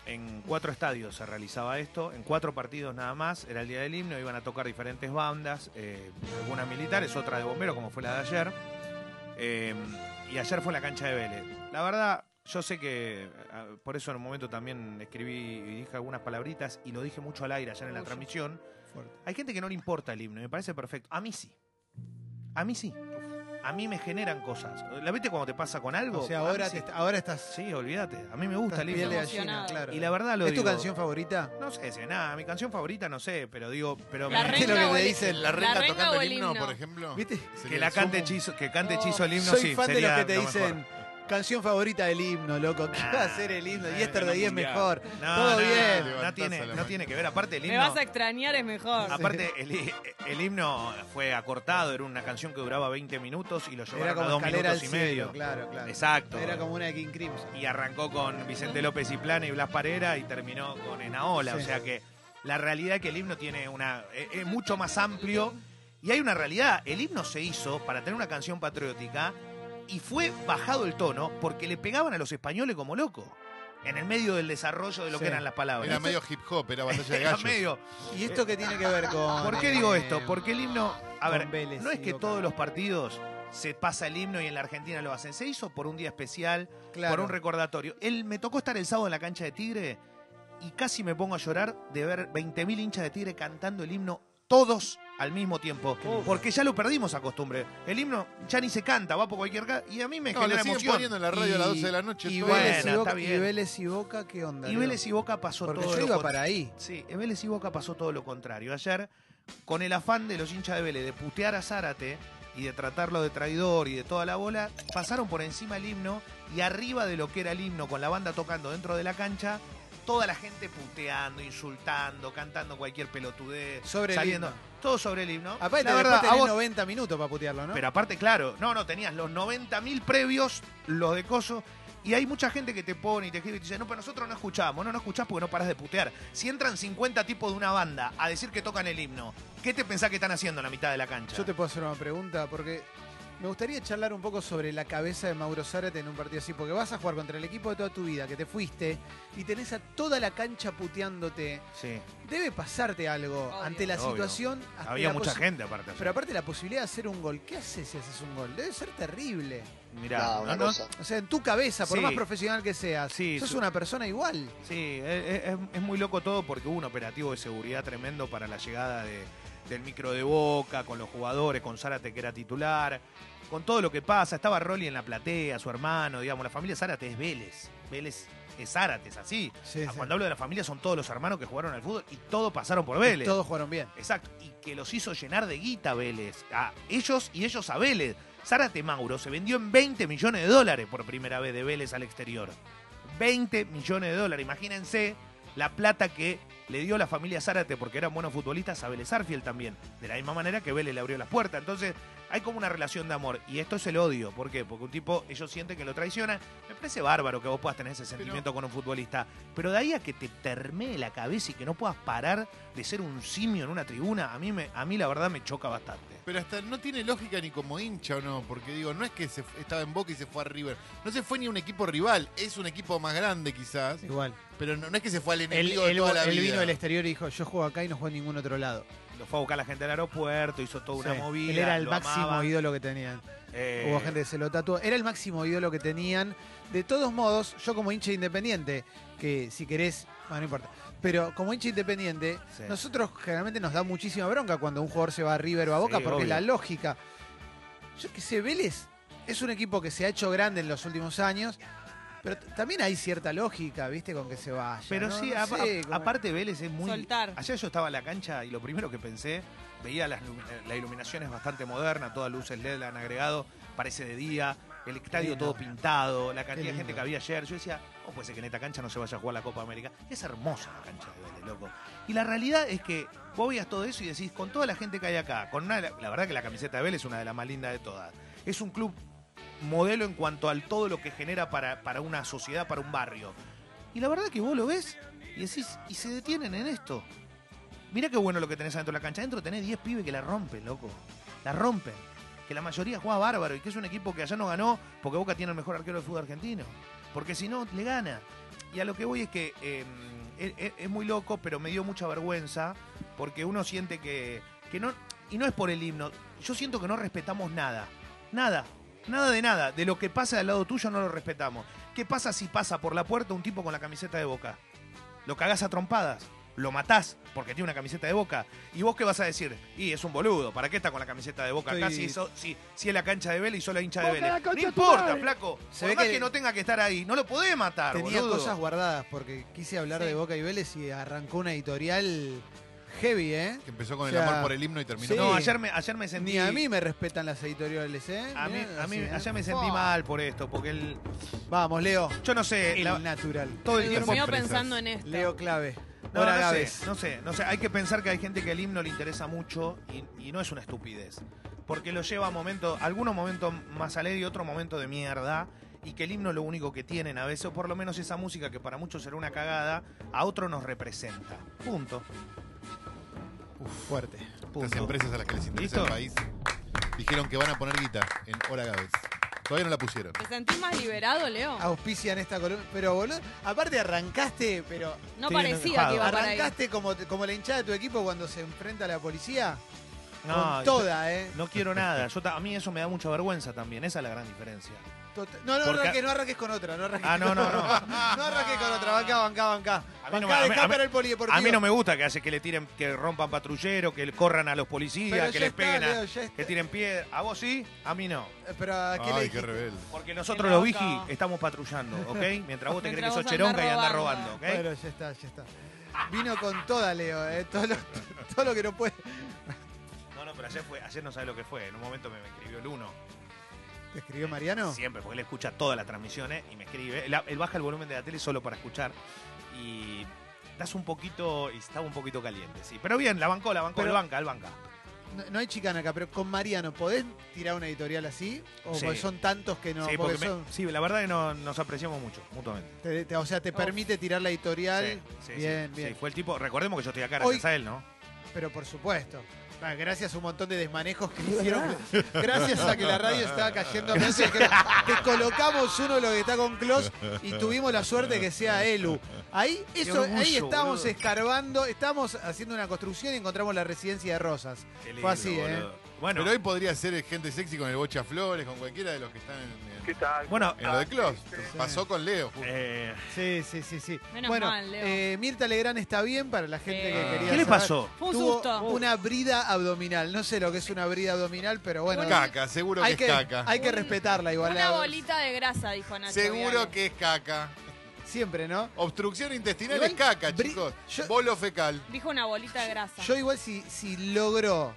[SPEAKER 4] En cuatro estadios se realizaba esto, en cuatro partidos nada más, era el día del himno, iban a tocar diferentes bandas, eh, algunas militares, otras de bomberos, como fue la de ayer. Eh, y ayer fue la cancha de Vélez. La verdad, yo sé que ah, por eso en un momento también escribí y dije algunas palabritas y lo dije mucho al aire ayer en la
[SPEAKER 3] Orgullo.
[SPEAKER 4] transmisión. Hay gente que no le importa el himno, y me parece perfecto. A mí sí. A mí sí. A mí me generan cosas. ¿La viste cuando te pasa con algo?
[SPEAKER 1] O sea,
[SPEAKER 4] A mí
[SPEAKER 1] ahora,
[SPEAKER 4] sí.
[SPEAKER 1] te está- ahora estás.
[SPEAKER 4] Sí, olvídate. A mí me gusta
[SPEAKER 1] estás
[SPEAKER 4] el
[SPEAKER 1] piel de
[SPEAKER 4] himno.
[SPEAKER 1] gallina,
[SPEAKER 3] Emocionado.
[SPEAKER 1] claro.
[SPEAKER 4] Y la verdad lo
[SPEAKER 1] ¿Es
[SPEAKER 4] digo.
[SPEAKER 1] tu canción favorita?
[SPEAKER 4] No sé si nada, mi canción favorita no sé, pero digo, pero
[SPEAKER 3] La
[SPEAKER 4] me-
[SPEAKER 1] ¿Viste lo
[SPEAKER 3] renga
[SPEAKER 1] que
[SPEAKER 3] o
[SPEAKER 1] te
[SPEAKER 3] el-
[SPEAKER 1] dicen?
[SPEAKER 2] La renga
[SPEAKER 3] renga
[SPEAKER 2] tocando
[SPEAKER 3] o
[SPEAKER 2] el
[SPEAKER 3] el
[SPEAKER 2] himno,
[SPEAKER 3] himno?
[SPEAKER 2] por ejemplo.
[SPEAKER 1] ¿Viste?
[SPEAKER 2] sería
[SPEAKER 4] que la
[SPEAKER 2] el
[SPEAKER 4] cante
[SPEAKER 2] sumo.
[SPEAKER 4] hechizo, que cante
[SPEAKER 3] Oh.
[SPEAKER 4] hechizo el himno,
[SPEAKER 1] Soy
[SPEAKER 4] sí,
[SPEAKER 1] fan de los
[SPEAKER 4] sería
[SPEAKER 1] que te
[SPEAKER 4] lo mejor. Ah,
[SPEAKER 1] dicen canción favorita del himno, loco. ¿Qué va a ser el himno? Y Yesterday es mejor.
[SPEAKER 4] No,
[SPEAKER 1] Todo
[SPEAKER 4] no,
[SPEAKER 1] bien.
[SPEAKER 4] No
[SPEAKER 2] Levantás a
[SPEAKER 4] tiene,
[SPEAKER 2] la
[SPEAKER 4] no
[SPEAKER 2] mano.
[SPEAKER 4] tiene que ver, aparte el himno.
[SPEAKER 3] Me vas a extrañar, es mejor.
[SPEAKER 4] Aparte, el, hi- el himno fue acortado, era una canción que duraba 20 minutos y lo
[SPEAKER 1] Era
[SPEAKER 4] llevaron a
[SPEAKER 1] como
[SPEAKER 4] dos
[SPEAKER 1] escalera al
[SPEAKER 4] minutos y
[SPEAKER 1] cielo,
[SPEAKER 4] medio.
[SPEAKER 1] claro, claro.
[SPEAKER 4] Exacto.
[SPEAKER 1] Era como una de King Crimson.
[SPEAKER 4] Y arrancó con Vicente López y Plana y Blas Parera y terminó con Enaola.
[SPEAKER 1] Sí.
[SPEAKER 4] O sea que la realidad es que el himno tiene una. eh, es, es mucho más amplio. Y hay una realidad. El himno se hizo para tener una canción patriótica y fue bajado el tono porque le pegaban a los españoles como loco. En el medio del desarrollo de lo
[SPEAKER 1] Sí.
[SPEAKER 4] que eran las palabras.
[SPEAKER 2] Era medio hip hop, era batalla de
[SPEAKER 4] Era
[SPEAKER 2] gallos.
[SPEAKER 4] medio.
[SPEAKER 1] ¿Y esto qué tiene que ver con.?
[SPEAKER 4] ¿Por qué digo
[SPEAKER 1] eh,
[SPEAKER 4] esto? Porque el himno. A
[SPEAKER 1] con
[SPEAKER 4] ver,
[SPEAKER 1] Vélez
[SPEAKER 4] no es
[SPEAKER 1] y
[SPEAKER 4] que
[SPEAKER 1] Boca.
[SPEAKER 4] todos los partidos se pasa el himno y en la Argentina lo hacen. Se hizo por un día especial,
[SPEAKER 1] Claro.
[SPEAKER 4] por un recordatorio. Él me tocó estar el sábado en la cancha de Tigre y casi me pongo a llorar de ver 20.000 hinchas de Tigre cantando el himno todos al mismo tiempo. Porque ya lo perdimos a costumbre. El himno ya ni se canta, va por cualquier ca- y a mí me
[SPEAKER 2] No, lo
[SPEAKER 4] genera
[SPEAKER 2] siguen
[SPEAKER 4] emoción.
[SPEAKER 2] poniendo en la radio a las 12 de la noche.
[SPEAKER 1] Y
[SPEAKER 2] todo el-
[SPEAKER 1] Vélez y
[SPEAKER 4] Bueno,
[SPEAKER 1] Boca-
[SPEAKER 4] está
[SPEAKER 1] y
[SPEAKER 4] bien.
[SPEAKER 1] Vélez y Boca, ¿qué onda?
[SPEAKER 4] Y
[SPEAKER 1] Leo?
[SPEAKER 4] Vélez y Boca pasó
[SPEAKER 1] Porque
[SPEAKER 4] todo
[SPEAKER 1] yo
[SPEAKER 4] lo
[SPEAKER 1] iba
[SPEAKER 4] contra-
[SPEAKER 1] para ahí.
[SPEAKER 4] Sí, en Vélez y Boca pasó todo lo contrario. Ayer con el afán de los hinchas de Vélez de putear a Zárate y de tratarlo de traidor y de toda la bola, pasaron por encima el himno y arriba de lo que era el himno con la banda tocando dentro de la cancha, toda la gente puteando, insultando, cantando cualquier pelotudez,
[SPEAKER 1] Sobre el
[SPEAKER 4] saliendo,
[SPEAKER 1] himno.
[SPEAKER 4] todo sobre el himno.
[SPEAKER 1] Aparte,
[SPEAKER 4] la
[SPEAKER 1] después
[SPEAKER 4] verdad, a
[SPEAKER 1] tenés
[SPEAKER 4] vos-
[SPEAKER 1] 90 minutos para putearlo, ¿no?
[SPEAKER 4] pero aparte, claro, no, no, tenías los 90.000 previos, los de coso. Y hay mucha gente que te pone y te escribe y te dice, no, pero nosotros no escuchamos, no, no escuchás porque no paras de putear. Si entran 50 tipos de una banda a decir que tocan el himno, ¿qué te pensás que están haciendo en la mitad de la cancha?
[SPEAKER 1] Yo te puedo hacer una pregunta porque me gustaría charlar un poco sobre la cabeza de Mauro Zárate en un partido así, porque vas a jugar contra el equipo de toda tu vida, que te fuiste, y tenés a toda la cancha puteándote.
[SPEAKER 4] Sí,
[SPEAKER 1] Debe pasarte algo
[SPEAKER 3] Obvio.
[SPEAKER 1] ante la
[SPEAKER 4] Obvio.
[SPEAKER 1] situación. ante
[SPEAKER 4] había
[SPEAKER 1] la
[SPEAKER 4] mucha
[SPEAKER 1] posi-
[SPEAKER 4] gente aparte.
[SPEAKER 1] Ah, Pero aparte la posibilidad de hacer un gol, ¿qué haces si haces un gol? Debe ser terrible.
[SPEAKER 4] Mirá,
[SPEAKER 5] No, una
[SPEAKER 4] no, no,
[SPEAKER 5] cosa.
[SPEAKER 1] O sea, en tu cabeza, por
[SPEAKER 4] Sí.
[SPEAKER 1] más profesional que seas,
[SPEAKER 4] Sí,
[SPEAKER 1] sos
[SPEAKER 4] su-
[SPEAKER 1] una persona igual.
[SPEAKER 4] Sí, es, es- es muy loco todo porque hubo un operativo de seguridad tremendo para la llegada de- del micro de Boca, con los jugadores, con Zárate que era titular, con todo lo que pasa. Estaba Rolly en la platea, su hermano, digamos, la familia Zárate es Vélez. Vélez es Zárate, es así.
[SPEAKER 1] Sí, sí.
[SPEAKER 4] Cuando hablo de la familia son todos los hermanos que jugaron al fútbol y todos pasaron por Vélez.
[SPEAKER 1] Todos jugaron bien.
[SPEAKER 4] Exacto, y que los hizo llenar de guita Vélez, a ellos y ellos a Vélez. Zárate Mauro se vendió en 20 millones de dólares por primera vez de Vélez al exterior. 20 millones de dólares, imagínense la plata que le dio la familia Zárate porque eran buenos futbolistas a Vélez Arfiel también, de la misma manera que Vélez le abrió las puertas. Entonces, hay como una relación de amor y esto es el odio, ¿por qué? Porque un tipo ellos sienten que lo traiciona. Me parece bárbaro que vos puedas tener ese sentimiento con un futbolista, pero de ahí a que te termee la cabeza y que no puedas parar de ser un simio en una tribuna, a mí me a mí la verdad me choca bastante.
[SPEAKER 2] Pero hasta no tiene lógica ni como hincha o no, porque digo, no es que se fu- estaba en Boca y se fue a River. No se fue ni a un equipo rival, es un equipo más grande quizás,
[SPEAKER 1] Igual.
[SPEAKER 2] pero no, no es que se fue al
[SPEAKER 1] Él,
[SPEAKER 2] enemigo de toda la vida.
[SPEAKER 1] vino del exterior y dijo, yo juego acá y no juego en ningún otro lado.
[SPEAKER 4] Lo fue a buscar la gente del aeropuerto, hizo toda una
[SPEAKER 1] Sí.
[SPEAKER 4] movida.
[SPEAKER 1] Él era el
[SPEAKER 4] lo
[SPEAKER 1] máximo
[SPEAKER 4] amaban.
[SPEAKER 1] ídolo que tenían.
[SPEAKER 4] Eh,
[SPEAKER 1] Hubo gente que se lo tatuó. Era el máximo ídolo que tenían. De todos modos, yo como hincha independiente, que si querés, bueno, no importa. Pero como hincha independiente,
[SPEAKER 4] Sí.
[SPEAKER 1] nosotros generalmente nos da muchísima bronca cuando un jugador se va a River o a Boca,
[SPEAKER 4] Sí,
[SPEAKER 1] porque
[SPEAKER 4] obvio.
[SPEAKER 1] la lógica. Yo qué sé, Vélez es un equipo que se ha hecho grande en los últimos años. Pero t- también hay cierta lógica, ¿viste? Con que se vaya.
[SPEAKER 4] Pero
[SPEAKER 1] ¿no?
[SPEAKER 4] sí,
[SPEAKER 1] No
[SPEAKER 4] a-
[SPEAKER 1] sé,
[SPEAKER 4] a-
[SPEAKER 1] como-
[SPEAKER 4] aparte Vélez es muy...
[SPEAKER 3] Soltar.
[SPEAKER 4] Ayer yo estaba en la cancha y lo primero que pensé, veía las, lu- eh, la iluminación es bastante moderna, todas luces LED la han agregado, parece de día, el estadio
[SPEAKER 1] lindo.
[SPEAKER 4] todo pintado, la cantidad de
[SPEAKER 1] lindo.
[SPEAKER 4] gente que había ayer. Yo decía, oh, puede ser que en esta cancha no se vaya a jugar la Copa América. Es hermosa la cancha de Vélez, loco. Y la realidad es que vos veías todo eso y decís, con toda la gente que hay acá, con una, de la la verdad que la camiseta de Vélez es una de las más lindas de todas. Es un club modelo en cuanto al todo lo que genera para, para una sociedad, para un barrio. Y la verdad que vos lo ves y decís, y se detienen en esto. Mirá qué bueno lo que tenés adentro de la cancha. Adentro tenés 10 pibes que la rompen, loco. La rompen. Que la mayoría juega bárbaro y que es un equipo que allá no ganó porque Boca tiene el mejor arquero del fútbol argentino. Porque si no, le gana. Y a lo que voy es que eh, es, es- es muy loco, pero me dio mucha vergüenza porque uno siente que, que no. Y no es por el himno. Yo siento que no respetamos nada. Nada. Nada de nada. De lo que pasa al lado tuyo no lo respetamos. ¿Qué pasa si pasa por la puerta un tipo con la camiseta de boca? Lo cagás a trompadas. Lo matás porque tiene una camiseta de boca. ¿Y vos qué vas a decir? Y es un boludo. ¿Para qué está con la camiseta de boca acá
[SPEAKER 1] Estoy-
[SPEAKER 4] si, so- si, si es la cancha de Vélez y solo hincha de
[SPEAKER 5] Boca, la
[SPEAKER 4] Vélez? No
[SPEAKER 5] concha de tu
[SPEAKER 4] importa,
[SPEAKER 5] madre.
[SPEAKER 4] flaco.
[SPEAKER 1] Se
[SPEAKER 4] Por
[SPEAKER 1] ve
[SPEAKER 4] más
[SPEAKER 1] que-
[SPEAKER 4] que no tenga que estar ahí. No lo podés matar,
[SPEAKER 1] Tenía
[SPEAKER 4] boludo.
[SPEAKER 1] cosas guardadas porque quise hablar
[SPEAKER 3] Sí.
[SPEAKER 1] de Boca y Vélez y arrancó una editorial heavy, ¿eh?
[SPEAKER 2] Que empezó con
[SPEAKER 1] O sea,
[SPEAKER 2] el amor por el himno y terminó.
[SPEAKER 1] sí.
[SPEAKER 4] No, ayer me, ayer me sentí.
[SPEAKER 1] Ni a mí me respetan las editoriales, ¿eh?
[SPEAKER 4] A mí,
[SPEAKER 1] Mirá,
[SPEAKER 4] a mí-
[SPEAKER 1] así, ¿eh?
[SPEAKER 4] ayer me sentí mal por esto, porque el,
[SPEAKER 1] Vamos, Leo.
[SPEAKER 4] yo no sé,
[SPEAKER 1] El
[SPEAKER 4] la-
[SPEAKER 1] natural. Eh,
[SPEAKER 4] todo el
[SPEAKER 3] Me
[SPEAKER 4] tiempo
[SPEAKER 3] durmió
[SPEAKER 2] presas.
[SPEAKER 3] pensando en esto.
[SPEAKER 1] Leo clave.
[SPEAKER 4] No,
[SPEAKER 1] Hora
[SPEAKER 4] no
[SPEAKER 1] Gávez.
[SPEAKER 4] sé, no sé, no sé. Hay que pensar que hay gente que el himno le interesa mucho y, y no es una estupidez. Porque lo lleva a momentos, algunos momentos más alegre y otro momento de mierda. Y que el himno lo único que tienen a veces, o por lo menos esa música que para muchos será una cagada, a otro nos representa. Punto.
[SPEAKER 1] Uf, fuerte.
[SPEAKER 2] Las
[SPEAKER 4] punto.
[SPEAKER 2] empresas a las que les interesa el país
[SPEAKER 4] ¿Listo?
[SPEAKER 2] dijeron que van a poner guita en Hora Gávez. Todavía no la pusieron.
[SPEAKER 3] ¿Te sentís más liberado, Leo?
[SPEAKER 1] Ah, Auspician esta columna. Pero, boludo, aparte arrancaste, pero.
[SPEAKER 3] No
[SPEAKER 4] Estoy
[SPEAKER 3] parecía
[SPEAKER 4] enojado.
[SPEAKER 3] que iba para ahí.
[SPEAKER 1] Arrancaste como, como la hinchada de tu equipo cuando se enfrenta a la policía.
[SPEAKER 4] No,
[SPEAKER 1] con toda, ¿eh?
[SPEAKER 4] no quiero nada. Yo ta- a mí eso me da mucha vergüenza también. Esa es la gran diferencia.
[SPEAKER 1] Tota- No, no
[SPEAKER 4] Porque-
[SPEAKER 1] arranques, no arranques con otra. No arranques,
[SPEAKER 4] Ah, no, no, no.
[SPEAKER 1] no arranques con otra. Bancá, bancá, bancá.
[SPEAKER 4] A mí no me-
[SPEAKER 1] Bancá,
[SPEAKER 4] a mí- a
[SPEAKER 1] dejá
[SPEAKER 4] mí-
[SPEAKER 1] para el polideportivo.
[SPEAKER 4] A mí no me gusta que hace que le tiren, que rompan patrulleros, que le corran a los policías,
[SPEAKER 1] Pero
[SPEAKER 4] que
[SPEAKER 1] ya
[SPEAKER 4] les
[SPEAKER 1] está,
[SPEAKER 4] peguen a,
[SPEAKER 1] Leo, ya está.
[SPEAKER 4] que tiren piedra. A vos sí, a mí no.
[SPEAKER 1] Pero, ¿a qué le
[SPEAKER 2] Ay, qué
[SPEAKER 1] dijiste?
[SPEAKER 2] rebelde.
[SPEAKER 4] Porque
[SPEAKER 3] Qué
[SPEAKER 4] nosotros los
[SPEAKER 3] loco.
[SPEAKER 4] vigi estamos patrullando, ¿ok? Mientras vos te crees
[SPEAKER 3] Mientras
[SPEAKER 4] que sos
[SPEAKER 3] vos andás
[SPEAKER 4] cheronca y andás robando, ¿ok?
[SPEAKER 1] Bueno, ya está, ya está. Vino con toda, Leo, eh, todo, lo, todo lo que no puede.
[SPEAKER 4] pero ayer, fue, ayer no sabe lo que fue. En un momento me, me escribió el uno.
[SPEAKER 1] ¿Te escribió Mariano?
[SPEAKER 4] Siempre, porque él escucha todas las transmisiones y me escribe. Él, él baja el volumen de la tele solo para escuchar. Y estás un poquito, y estaba un poquito caliente, sí. Pero bien, la bancó, la bancó,
[SPEAKER 1] Pero-
[SPEAKER 4] el banca, el banca.
[SPEAKER 1] No, no hay chicana acá, pero con Mariano, ¿podés tirar una editorial así? ¿O
[SPEAKER 4] Sí.
[SPEAKER 1] porque son tantos que no?
[SPEAKER 4] sí,
[SPEAKER 1] porque
[SPEAKER 4] porque me-
[SPEAKER 1] son-
[SPEAKER 4] sí, la verdad que no- nos apreciamos mucho, mutuamente.
[SPEAKER 1] te- te- o sea, te permite tirar la editorial.
[SPEAKER 4] Sí, sí,
[SPEAKER 1] bien,
[SPEAKER 4] sí.
[SPEAKER 1] bien.
[SPEAKER 4] Sí, fue el tipo, recordemos que yo estoy acá gracias
[SPEAKER 1] Hoy-
[SPEAKER 4] a él, ¿no?
[SPEAKER 1] Pero por supuesto. Ah, Gracias a un montón de desmanejos que hicieron. Gracias a que la radio estaba cayendo a pedazos, que Te colocamos uno lo que está con Clos y tuvimos la suerte que sea Elu. Ahí, eso,
[SPEAKER 4] orgullo,
[SPEAKER 1] ahí estábamos
[SPEAKER 4] boludo.
[SPEAKER 1] escarbando, estábamos haciendo una construcción y encontramos la residencia de Rosas.
[SPEAKER 4] Qué
[SPEAKER 1] Fue así, ¿eh?
[SPEAKER 4] boludo. Bueno,
[SPEAKER 2] Pero hoy podría ser gente sexy con el Bocha Flores, con cualquiera de los que están en,
[SPEAKER 5] ¿Qué
[SPEAKER 2] en-
[SPEAKER 5] tal?
[SPEAKER 4] Bueno,
[SPEAKER 2] en lo de Clos.
[SPEAKER 1] Sí.
[SPEAKER 2] Pasó con Leo. justo.
[SPEAKER 4] eh,
[SPEAKER 1] Sí, sí, sí, sí.
[SPEAKER 3] Menos
[SPEAKER 1] bueno,
[SPEAKER 3] mal, Leo.
[SPEAKER 1] eh, Mirta Legrand está bien para la gente
[SPEAKER 3] Sí.
[SPEAKER 1] que
[SPEAKER 2] Ah.
[SPEAKER 1] quería.
[SPEAKER 4] ¿qué le
[SPEAKER 1] saber.
[SPEAKER 4] pasó?
[SPEAKER 3] Fue un
[SPEAKER 1] Tuvo
[SPEAKER 3] susto.
[SPEAKER 1] Una brida abdominal. No sé lo que es una brida abdominal, pero bueno.
[SPEAKER 2] caca, seguro
[SPEAKER 1] hay
[SPEAKER 2] que es caca.
[SPEAKER 1] hay que
[SPEAKER 3] Un-
[SPEAKER 1] respetarla igual.
[SPEAKER 3] Una
[SPEAKER 1] la-
[SPEAKER 3] bolita de grasa, dijo Nacho.
[SPEAKER 2] Seguro
[SPEAKER 3] Viale.
[SPEAKER 2] que es caca.
[SPEAKER 1] Siempre, ¿no?
[SPEAKER 2] Obstrucción intestinal
[SPEAKER 1] Igual,
[SPEAKER 2] es caca,
[SPEAKER 1] bri-
[SPEAKER 2] chicos.
[SPEAKER 1] yo-
[SPEAKER 2] Bolo fecal.
[SPEAKER 3] Dijo una bolita de grasa.
[SPEAKER 1] Yo igual si, si logro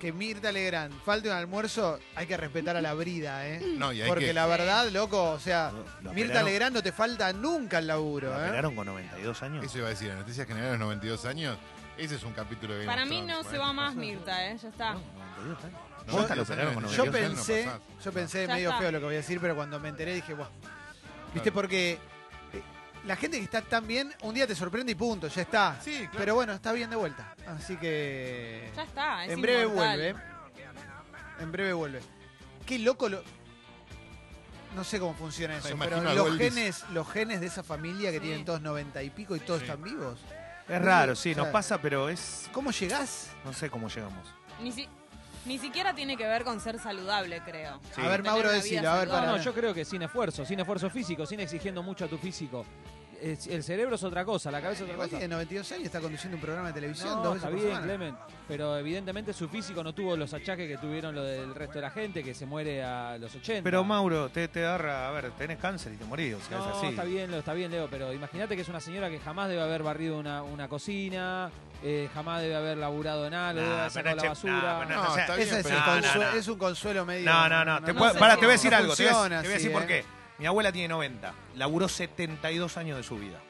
[SPEAKER 1] que Mirta Legrand falte un almuerzo, hay que respetar a la brida, ¿eh?
[SPEAKER 2] No, y hay
[SPEAKER 1] Porque
[SPEAKER 2] que-
[SPEAKER 1] la verdad, loco, o sea,
[SPEAKER 4] Lo
[SPEAKER 1] Mirta
[SPEAKER 4] apelaron-
[SPEAKER 1] Legrand no te falta nunca el laburo,
[SPEAKER 4] ¿Lo
[SPEAKER 1] ¿eh?
[SPEAKER 4] operaron con 92 años?
[SPEAKER 2] Eso iba a decir, anestesia general a los 92 años. Ese es un capítulo de Game
[SPEAKER 3] Para
[SPEAKER 2] of
[SPEAKER 3] mí no
[SPEAKER 2] Thrones,
[SPEAKER 3] se
[SPEAKER 2] bueno.
[SPEAKER 3] va más Mirta, ¿eh? Ya está.
[SPEAKER 4] No, 92 años.
[SPEAKER 2] No,
[SPEAKER 4] Yo hasta lo
[SPEAKER 2] no,
[SPEAKER 4] operaron
[SPEAKER 2] no,
[SPEAKER 4] con
[SPEAKER 2] no,
[SPEAKER 1] Yo
[SPEAKER 4] 92 años.
[SPEAKER 1] pensé,
[SPEAKER 2] no pasás.
[SPEAKER 1] yo pensé
[SPEAKER 3] Ya
[SPEAKER 1] medio
[SPEAKER 3] está.
[SPEAKER 1] feo lo que voy a decir, pero cuando me enteré dije, bueno. Viste,
[SPEAKER 2] Claro.
[SPEAKER 1] porque eh, la gente que está tan bien, un día te sorprende y punto, ya está.
[SPEAKER 2] Sí, claro.
[SPEAKER 1] Pero bueno, está bien de vuelta. Así que.
[SPEAKER 3] Ya está. Ah, es
[SPEAKER 1] en breve
[SPEAKER 3] inmortal.
[SPEAKER 1] vuelve. ¿eh? En breve vuelve. Qué loco lo. No sé cómo funciona eso, pero
[SPEAKER 2] imagino a
[SPEAKER 1] los
[SPEAKER 2] Goldis.
[SPEAKER 1] genes, los genes de esa familia que
[SPEAKER 3] Sí.
[SPEAKER 1] tienen todos noventa y pico y todos
[SPEAKER 2] Sí.
[SPEAKER 1] están vivos.
[SPEAKER 4] Es raro, sí, nos
[SPEAKER 1] Claro.
[SPEAKER 4] pasa, pero es...
[SPEAKER 1] ¿Cómo llegás?
[SPEAKER 4] No sé cómo llegamos.
[SPEAKER 3] Ni, si- ni siquiera tiene que ver con ser saludable, creo.
[SPEAKER 1] A
[SPEAKER 4] Sí.
[SPEAKER 1] ver,
[SPEAKER 3] Tener
[SPEAKER 1] Mauro,
[SPEAKER 3] una vida
[SPEAKER 1] decilo, a ver,
[SPEAKER 7] No,
[SPEAKER 1] para.
[SPEAKER 3] saludable.
[SPEAKER 7] no, yo creo que sin esfuerzo, sin esfuerzo físico, sin exigiendo mucho a tu físico. Es- El cerebro es otra cosa, la cabeza es otra
[SPEAKER 1] Igual
[SPEAKER 7] cosa.
[SPEAKER 1] tiene 92 años y está conduciendo un programa de televisión
[SPEAKER 7] No,
[SPEAKER 1] dos veces
[SPEAKER 7] está
[SPEAKER 1] por
[SPEAKER 7] bien,
[SPEAKER 1] semana.
[SPEAKER 7] Clement, pero evidentemente su físico no tuvo los achaques que tuvieron lo del resto de la gente que se muere a los 80.
[SPEAKER 4] Pero Mauro, te, te agarra, a ver, tenés cáncer y te morís, o sea,
[SPEAKER 7] No,
[SPEAKER 4] es así.
[SPEAKER 7] está bien, Leo, está bien, Leo, pero imagínate que es una señora que jamás debe haber barrido una, una cocina, eh, jamás debe haber laburado en algo,
[SPEAKER 4] Nah,
[SPEAKER 7] debe haber
[SPEAKER 4] pero
[SPEAKER 7] sacado
[SPEAKER 4] no,
[SPEAKER 7] la
[SPEAKER 4] che, nah,
[SPEAKER 7] basura.
[SPEAKER 4] pero no,
[SPEAKER 2] No,
[SPEAKER 4] o sea,
[SPEAKER 2] está bien,
[SPEAKER 1] Ese es,
[SPEAKER 2] pero-
[SPEAKER 1] el
[SPEAKER 4] No, no,
[SPEAKER 1] consue-
[SPEAKER 4] no.
[SPEAKER 1] es un consuelo medio.
[SPEAKER 4] No, no, no. Te
[SPEAKER 3] no
[SPEAKER 4] puedo-
[SPEAKER 3] sé
[SPEAKER 4] pará,
[SPEAKER 3] cómo-
[SPEAKER 4] te voy a decir
[SPEAKER 1] no
[SPEAKER 4] algo. Te voy a,
[SPEAKER 1] funciona
[SPEAKER 4] te voy a
[SPEAKER 1] así,
[SPEAKER 4] decir por
[SPEAKER 1] ¿eh?
[SPEAKER 4] qué. Mi abuela tiene 90. Laburó 72 años de su vida.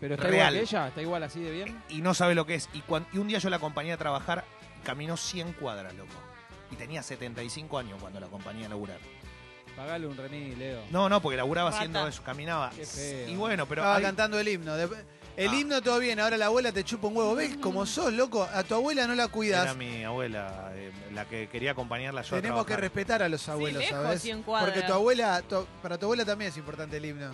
[SPEAKER 7] Pero está
[SPEAKER 4] Real.
[SPEAKER 7] igual que ella, está igual así de bien.
[SPEAKER 4] Y no sabe lo que es. Y, cuan- y un día yo la acompañé a trabajar. Caminó 100 cuadras, loco. Y tenía 75 años cuando la acompañé a laburar.
[SPEAKER 7] Pagale un remis, Leo.
[SPEAKER 4] No, no, porque laburaba
[SPEAKER 3] Rata.
[SPEAKER 4] haciendo eso, caminaba.
[SPEAKER 7] Qué feo.
[SPEAKER 4] Y bueno, pero.
[SPEAKER 1] Estaba
[SPEAKER 4] hay-
[SPEAKER 1] cantando el himno. De- El
[SPEAKER 4] Ah.
[SPEAKER 1] himno todo bien, ahora la abuela te chupa un huevo. ¿Ves cómo sos, loco? A tu abuela no la
[SPEAKER 4] Era
[SPEAKER 1] cuidas.
[SPEAKER 4] mi abuela, eh, la que quería acompañarla yo a
[SPEAKER 1] Tenemos que
[SPEAKER 4] trabajar.
[SPEAKER 1] respetar a los abuelos,
[SPEAKER 3] lejos,
[SPEAKER 1] ¿sabes?
[SPEAKER 3] cien cuadras.
[SPEAKER 1] Porque tu abuela, tu- para tu abuela también es importante el himno.